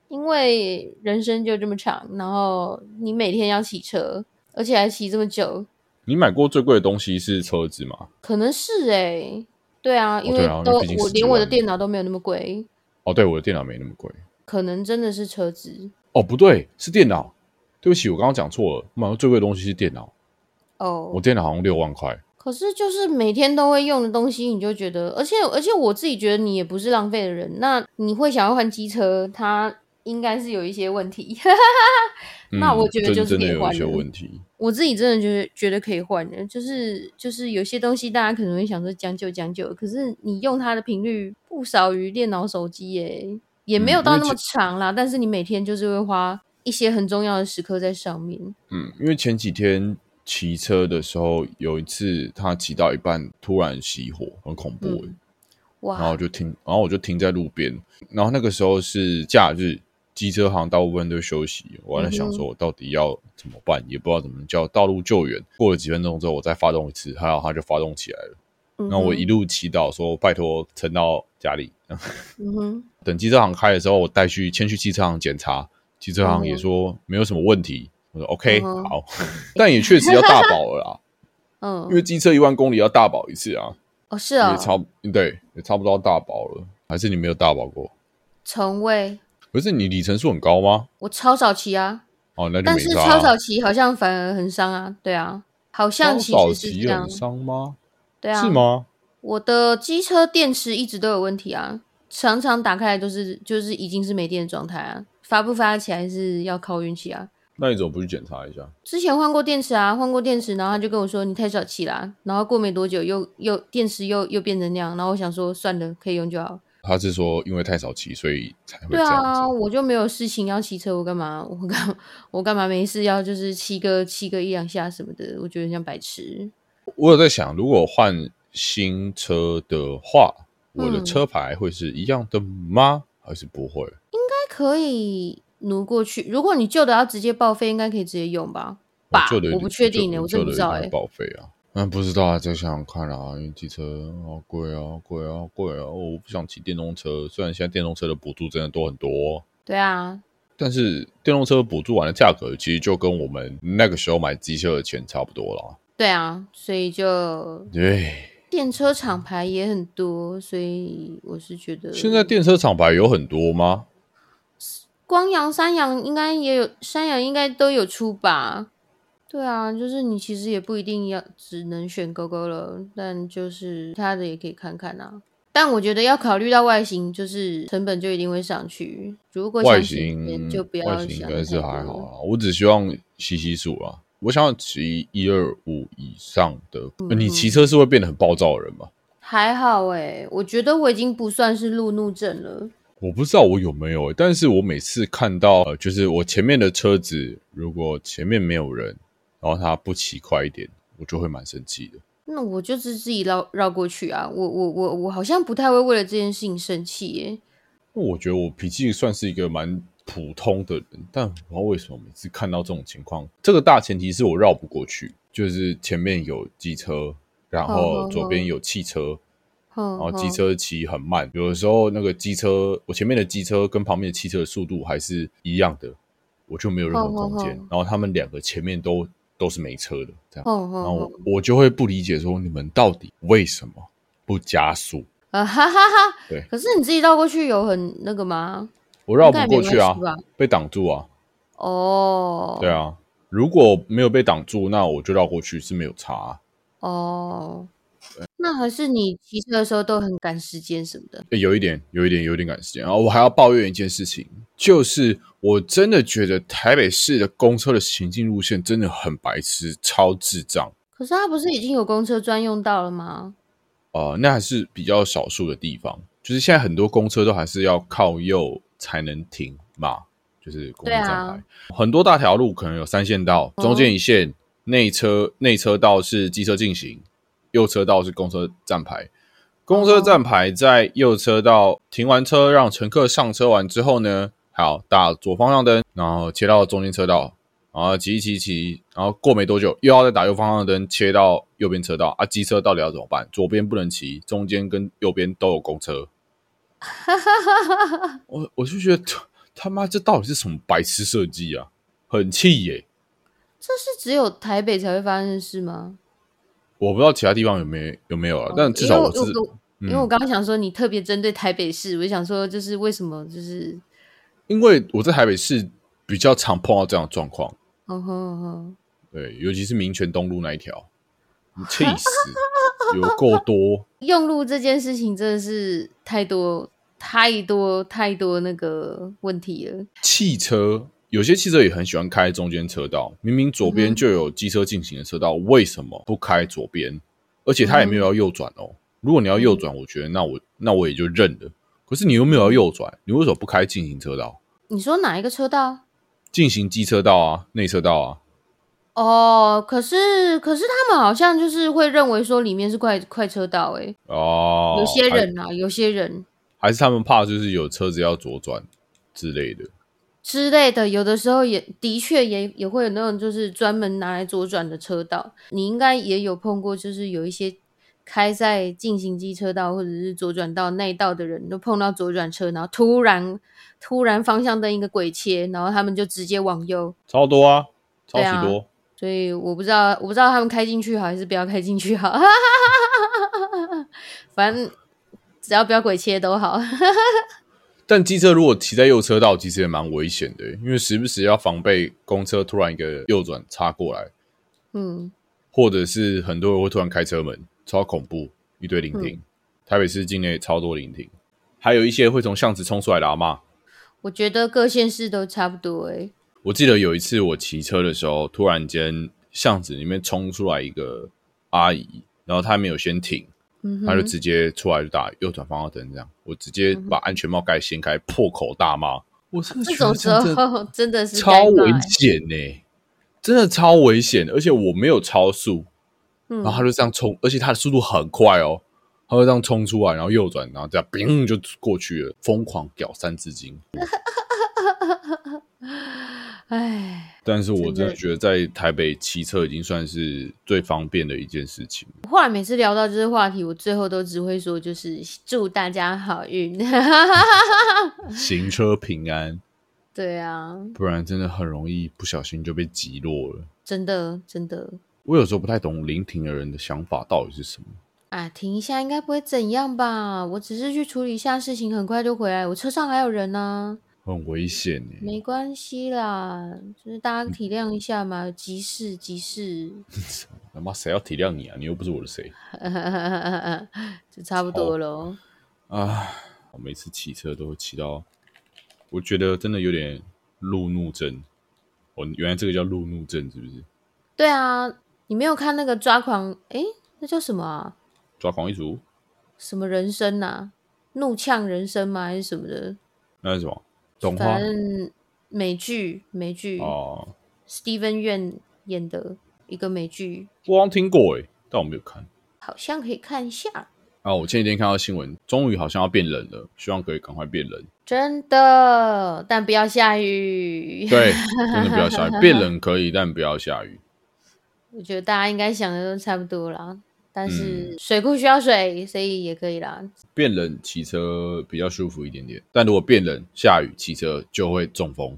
[SPEAKER 2] 因为人生就这么长，然后你每天要骑车，而且还骑这么久，
[SPEAKER 1] 你买过最贵的东西是车子吗？
[SPEAKER 2] 可能是哎、对啊，因为
[SPEAKER 1] 对啊
[SPEAKER 2] 都、
[SPEAKER 1] 那毕竟
[SPEAKER 2] 我
[SPEAKER 1] 十几
[SPEAKER 2] 连我的
[SPEAKER 1] 万
[SPEAKER 2] 电脑都没有那么贵，
[SPEAKER 1] 哦，对，我的电脑没那么贵。
[SPEAKER 2] 可能真的是车子
[SPEAKER 1] 哦，不对，是电脑。对不起，我刚刚讲错了。我买过最贵的东西是电脑，
[SPEAKER 2] 哦。
[SPEAKER 1] 我电脑好像六万块。
[SPEAKER 2] 可是就是每天都会用的东西，你就觉得，而且而且我自己觉得你也不是浪费的人，那你会想要换机车，它应该是有一些问题。
[SPEAKER 1] 嗯、
[SPEAKER 2] 那我觉得
[SPEAKER 1] 真
[SPEAKER 2] 就是
[SPEAKER 1] 真的
[SPEAKER 2] 给
[SPEAKER 1] 有
[SPEAKER 2] 换
[SPEAKER 1] 一些
[SPEAKER 2] 了
[SPEAKER 1] 问题。
[SPEAKER 2] 我自己真的觉得觉得可以换的，就是就是有些东西大家可能会想说将就将就，可是你用它的频率不少于电脑、手机耶、也没有
[SPEAKER 1] 嗯
[SPEAKER 2] 到
[SPEAKER 1] 因为
[SPEAKER 2] 那么
[SPEAKER 1] 其
[SPEAKER 2] 长啦，但是你每天就是会花一些很重要的时刻在上面。
[SPEAKER 1] 嗯，因为前几天骑车的时候，有一次他骑到一半突然熄火，很恐怖欸、
[SPEAKER 2] 嗯
[SPEAKER 1] 然后我
[SPEAKER 2] 哇，
[SPEAKER 1] 就停，然后我就停在路边。然后那个时候是假日，机车行大部分都休息。我还在想
[SPEAKER 2] 嗯哼
[SPEAKER 1] 说，我到底要怎么办，也不知道怎么叫道路救援。过了几分钟之后，我再发动一次，还好它就发动起来了。
[SPEAKER 2] 嗯
[SPEAKER 1] 然后我
[SPEAKER 2] 哼
[SPEAKER 1] 一路祈祷说，拜托撑到家里。
[SPEAKER 2] 嗯哼，
[SPEAKER 1] 等机车行开的时候，我带去先去机车行检查，机车行也
[SPEAKER 2] 嗯哼
[SPEAKER 1] 说没有什么问题。我说 OK，、
[SPEAKER 2] 嗯哼
[SPEAKER 1] 好， 但也确实要大保了啦。
[SPEAKER 2] 嗯，
[SPEAKER 1] 因为机车一万公里要大保一次啊，
[SPEAKER 2] 哦是
[SPEAKER 1] 也
[SPEAKER 2] 哦，
[SPEAKER 1] 差不对，也差不多要大保了。还是你没有大保过？
[SPEAKER 2] 从未，
[SPEAKER 1] 可是你里程数很高吗？
[SPEAKER 2] 我超少骑啊。
[SPEAKER 1] 哦，那就
[SPEAKER 2] 但
[SPEAKER 1] 没
[SPEAKER 2] 是
[SPEAKER 1] 差、
[SPEAKER 2] 超
[SPEAKER 1] 啊。
[SPEAKER 2] 早期好像反而很伤啊，对啊，好像其
[SPEAKER 1] 早
[SPEAKER 2] 实是
[SPEAKER 1] 骑
[SPEAKER 2] 这样
[SPEAKER 1] 很，伤吗？
[SPEAKER 2] 对啊，
[SPEAKER 1] 是？吗？
[SPEAKER 2] 我的机车电池一直都有问题啊，常常打开来都是就是已经是没电的状态啊，发不发起来是要靠运气啊。
[SPEAKER 1] 那你怎么不去检查一下？
[SPEAKER 2] 之前换过电池啊，换过电池，然后他就跟我说你太小气啦、然后过没多久又又电池又又变成那样，然后我想说算了，可以用就好。
[SPEAKER 1] 他是说因为太少骑，所以才会
[SPEAKER 2] 对
[SPEAKER 1] 这样
[SPEAKER 2] 啊，
[SPEAKER 1] 子。
[SPEAKER 2] 我就没有事情要骑车，我干嘛我干嘛我干嘛没事要就是骑个骑个一两下什么的，我觉得很像白痴。
[SPEAKER 1] 我有在想，如果换新车的话，我的
[SPEAKER 2] 嗯
[SPEAKER 1] 车牌会是一样的吗？还是不会？
[SPEAKER 2] 可以挪过去。如果你旧的要直接报废，应该可以直接用吧？
[SPEAKER 1] 我
[SPEAKER 2] 吧
[SPEAKER 1] 旧的，有
[SPEAKER 2] 我不确定呢、
[SPEAKER 1] 我
[SPEAKER 2] 我
[SPEAKER 1] 旧
[SPEAKER 2] 真的
[SPEAKER 1] 的
[SPEAKER 2] 不
[SPEAKER 1] 有
[SPEAKER 2] 知道
[SPEAKER 1] 点
[SPEAKER 2] 哎、
[SPEAKER 1] 报废啊。嗯，不知道啊，再想想看啦、因为机车好贵啊，好贵啊，好贵啊！我不想骑电动车，虽然现在电动车的补助真的多很多哦、
[SPEAKER 2] 对啊，
[SPEAKER 1] 但是电动车补助完的价格，其实就跟我们那个时候买机车的钱差不多哎了。
[SPEAKER 2] 对啊，所以就
[SPEAKER 1] 对，
[SPEAKER 2] 电车厂牌也很多，所以我是觉得
[SPEAKER 1] 现在电车厂牌有很多吗？
[SPEAKER 2] 光阳、山阳应该也有，山阳应该都有出吧？对啊，就是你其实也不一定要只能选勾勾了，但就是其他的也可以看看啊。但我觉得要考虑到外形，就是成本就一定会上去。如果
[SPEAKER 1] 外
[SPEAKER 2] 想省钱
[SPEAKER 1] 形
[SPEAKER 2] 就不要
[SPEAKER 1] 外形应
[SPEAKER 2] 想
[SPEAKER 1] 该是
[SPEAKER 2] 太
[SPEAKER 1] 还
[SPEAKER 2] 多
[SPEAKER 1] 好啊啦，我只希望骑骑数啦。啊我想要骑一二五以上的。
[SPEAKER 2] 嗯
[SPEAKER 1] 呃你骑车是会变得很暴躁的人吗？
[SPEAKER 2] 还好诶、我觉得我已经不算是路怒症了。
[SPEAKER 1] 我不知道我有没有欸、但是我每次看到，呃，就是我前面的车子，如果前面没有人，然后他不骑快一点，我就会蛮生气的。
[SPEAKER 2] 那我就是自己绕绕过去啊，我我我我好像不太会为了这件事情生气耶、
[SPEAKER 1] 我觉得我脾气算是一个蛮普通的人，但我不知道为什么每次看到这种情况，这个大前提是我绕不过去，就是前面有机车，然后
[SPEAKER 2] 嗯嗯
[SPEAKER 1] 左边有汽车，
[SPEAKER 2] 哼
[SPEAKER 1] 然后
[SPEAKER 2] 哼
[SPEAKER 1] 机车骑很慢，有的时候那个机车，我前面的机车跟旁边的汽车的速度还是一样的，我就没有任何
[SPEAKER 2] 哼哼
[SPEAKER 1] 空间。
[SPEAKER 2] 哼
[SPEAKER 1] 然后他们两个前面都都是没车的，这样，
[SPEAKER 2] 哼哼
[SPEAKER 1] 然后我
[SPEAKER 2] 哼
[SPEAKER 1] 我就会不理解说你们到底为什么不加速？
[SPEAKER 2] 啊哈哈哈！
[SPEAKER 1] 对
[SPEAKER 2] 可是你自己绕过去有很那个吗？
[SPEAKER 1] 我绕
[SPEAKER 2] 应该
[SPEAKER 1] 不
[SPEAKER 2] 也没
[SPEAKER 1] 过去啊
[SPEAKER 2] 关系吧，
[SPEAKER 1] 被挡住啊，
[SPEAKER 2] 哦，
[SPEAKER 1] 对啊。如果没有被挡住，那我就绕过去是没有差啊、
[SPEAKER 2] 哦，那还是你骑车的时候都很赶时间什么的。
[SPEAKER 1] 欸有一点，有一点，有一点赶时间。然后我还要抱怨一件事情，就是我真的觉得台北市的公车的行进路线真的很白痴，超智障。
[SPEAKER 2] 可是它不是已经有公车专用道了吗？
[SPEAKER 1] 呃，那还是比较少数的地方，就是现在很多公车都还是要靠右才能停嘛，就是公车站牌，
[SPEAKER 2] 对啊
[SPEAKER 1] 很多大条路可能有三线道，
[SPEAKER 2] 哦
[SPEAKER 1] 中间一线内车内车道是机车进行，右车道是公车站牌。公车站牌在右车道停完车，让乘客上车完之后呢，好打左方向灯，然后切到中间车道，然后骑一骑一骑，然后过没多久又要再打右方向灯切到右边车道啊，机车到底要怎么办？左边不能骑，中间跟右边都有公 车。我我就觉得他他妈这到底是什么白痴设计啊，很气耶、
[SPEAKER 2] 这是只有台北才会发生的事吗？
[SPEAKER 1] 我不知道其他地方有没有有没有啊，但至
[SPEAKER 2] 因
[SPEAKER 1] 少
[SPEAKER 2] 为
[SPEAKER 1] 我
[SPEAKER 2] 因为
[SPEAKER 1] 是
[SPEAKER 2] 我因为
[SPEAKER 1] 嗯
[SPEAKER 2] 我刚刚想说你特别针对台北市，我就想说就是为什么就是，
[SPEAKER 1] 因为我在台北市比较常碰到这样的状况，
[SPEAKER 2] 哦吼哦吼，
[SPEAKER 1] 对，尤其是民权东路那一条，你气死，有够多。
[SPEAKER 2] 用路这件事情真的是太多太多太多那个问题了。
[SPEAKER 1] 汽车有些汽车也很喜欢开中间车道，明明左
[SPEAKER 2] 嗯
[SPEAKER 1] 边
[SPEAKER 2] 哼
[SPEAKER 1] 就有机车进行的车道，为什么不开左边？而且它也
[SPEAKER 2] 嗯
[SPEAKER 1] 没有要右转哦。如果你要右转，我觉得那我那我也就认了。可是你又没有要右转，你为什么不开进行车道？
[SPEAKER 2] 你说哪一个车道？
[SPEAKER 1] 进行机车道啊，内车道啊，
[SPEAKER 2] 哦，可是可是他们好像就是会认为说里面是快快车道、欸，诶、
[SPEAKER 1] 哦，
[SPEAKER 2] 有些
[SPEAKER 1] 还
[SPEAKER 2] 人啊，有些人
[SPEAKER 1] 还是他们怕就是有车子要左转之类的。
[SPEAKER 2] 之类的，有的时候也的确也也会有那种就是专门拿来左转的车道，你应该也有碰过，就是有一些开在进行机车道或者是左转道那一道的人，都碰到左转车，然后突然突然方向灯一个鬼切，然后他们就直接往右，
[SPEAKER 1] 超多啊，超
[SPEAKER 2] 对
[SPEAKER 1] 级
[SPEAKER 2] 啊
[SPEAKER 1] 多。
[SPEAKER 2] 所以我不知道我不知道他们开进去好还是不要开进去好， 反正只要不要鬼切都好。
[SPEAKER 1] 但机车如果骑在右车道，其实也蛮危险的，因为时不时要防备公车突然一个右转插过来，
[SPEAKER 2] 嗯，
[SPEAKER 1] 或者是很多人会突然开车门，超恐怖，一堆聆
[SPEAKER 2] 嗯
[SPEAKER 1] 听。台北市境内超多聆听，还有一些会从巷子冲出来的阿嬷。
[SPEAKER 2] 我觉得各县市都差不多欸诶、
[SPEAKER 1] 我记得有一次我骑车的时候，突然间巷子里面冲出来一个阿姨，然后她没有先停，
[SPEAKER 2] 嗯哼，
[SPEAKER 1] 她就直接出来就打右转方向灯，这样我直接把安全帽盖掀开，破口大骂。我真的
[SPEAKER 2] 这
[SPEAKER 1] 觉得
[SPEAKER 2] 种时
[SPEAKER 1] 真的
[SPEAKER 2] 候 真的是
[SPEAKER 1] 超
[SPEAKER 2] 尴尬
[SPEAKER 1] 危
[SPEAKER 2] 欸
[SPEAKER 1] 险呢、真的超危险，而且我没有超速，
[SPEAKER 2] 嗯
[SPEAKER 1] 然后他就这样冲，而且他的速度很快哦，他就这样冲出来，然后右转，然后这样 bing 就过去了，疯狂屌三字 经。
[SPEAKER 2] 唉，
[SPEAKER 1] 但是我真
[SPEAKER 2] 真
[SPEAKER 1] 的
[SPEAKER 2] 的
[SPEAKER 1] 觉得在台北骑车已经算是最方便的一件事情。
[SPEAKER 2] 我后来每次聊到这些话题，我最后都只会说就是祝大家好运。
[SPEAKER 1] 行车平安，
[SPEAKER 2] 对啊，
[SPEAKER 1] 不然真的很容易不小心就被击落了。
[SPEAKER 2] 真的真的
[SPEAKER 1] 我有时候不太懂聆听的人的想法到底是什么。
[SPEAKER 2] 啊，停一下应该不会怎样吧？我只是去处理一下事情，很快就回来。我车上还有人呢、
[SPEAKER 1] 很危险呢、
[SPEAKER 2] 没关系啦，就是大家体谅一下嘛，急事急事，
[SPEAKER 1] 他妈谁要体谅你啊？你又不是我的谁。
[SPEAKER 2] 就差不多喽。
[SPEAKER 1] 啊，我每次骑车都会骑到，我觉得真的有点路怒症。哦，原来这个叫路怒症，是不是？
[SPEAKER 2] 对啊，你没有看那个抓狂？诶，那叫什么啊？
[SPEAKER 1] 抓狂一族，
[SPEAKER 2] 什么人生呐、怒呛人生吗？还是什么的？
[SPEAKER 1] 那是什么？懂花
[SPEAKER 2] 反正美剧，美剧、
[SPEAKER 1] 哦，
[SPEAKER 2] s t e v e n Yeun 演的一个美剧，
[SPEAKER 1] 我好像听过诶，但我没有看。
[SPEAKER 2] 好像可以看一下。
[SPEAKER 1] 啊，我前几天看到新闻，终于好像要变冷了，希望可以赶快变冷。
[SPEAKER 2] 真的，但不要下雨。
[SPEAKER 1] 对，真的不要下雨，变冷可以，但不要下雨。
[SPEAKER 2] 我觉得大家应该想的都差不多啦。但
[SPEAKER 1] 嗯
[SPEAKER 2] 是水库需要水，所以也可以啦。
[SPEAKER 1] 变冷骑车比较舒服一点点，但如果变冷下雨骑车就会中风。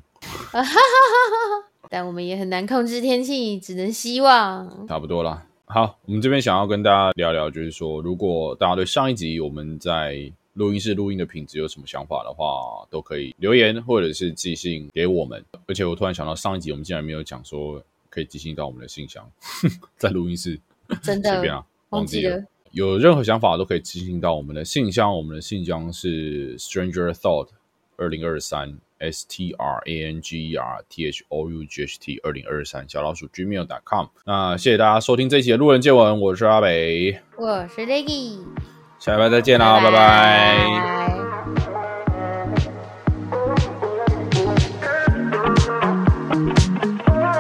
[SPEAKER 2] 但我们也很难控制天气，只能希望。
[SPEAKER 1] 差不多啦。好，我们这边想要跟大家聊聊，就是说，如果大家对上一集我们在录音室录音的品质有什么想法的话，都可以留言或者是寄信给我们。而且我突然想到，上一集我们竟然没有讲说可以寄信到我们的信箱， 在录音室
[SPEAKER 2] 真
[SPEAKER 1] 随便
[SPEAKER 2] 的
[SPEAKER 1] 啊，忘
[SPEAKER 2] 忘
[SPEAKER 1] 记
[SPEAKER 2] 记
[SPEAKER 1] 了
[SPEAKER 2] 了。
[SPEAKER 1] 有任何想法都可以寄信到我们的信箱，我们的信箱是 stranger thought 二零二三 s t r a n g e r t h o u g h t 二零二三小老鼠 gmail.com。那谢谢大家收听这一期的路人见闻，我是阿北，
[SPEAKER 2] 我是 Leggy，
[SPEAKER 1] 下礼拜再见啦，拜拜
[SPEAKER 2] 拜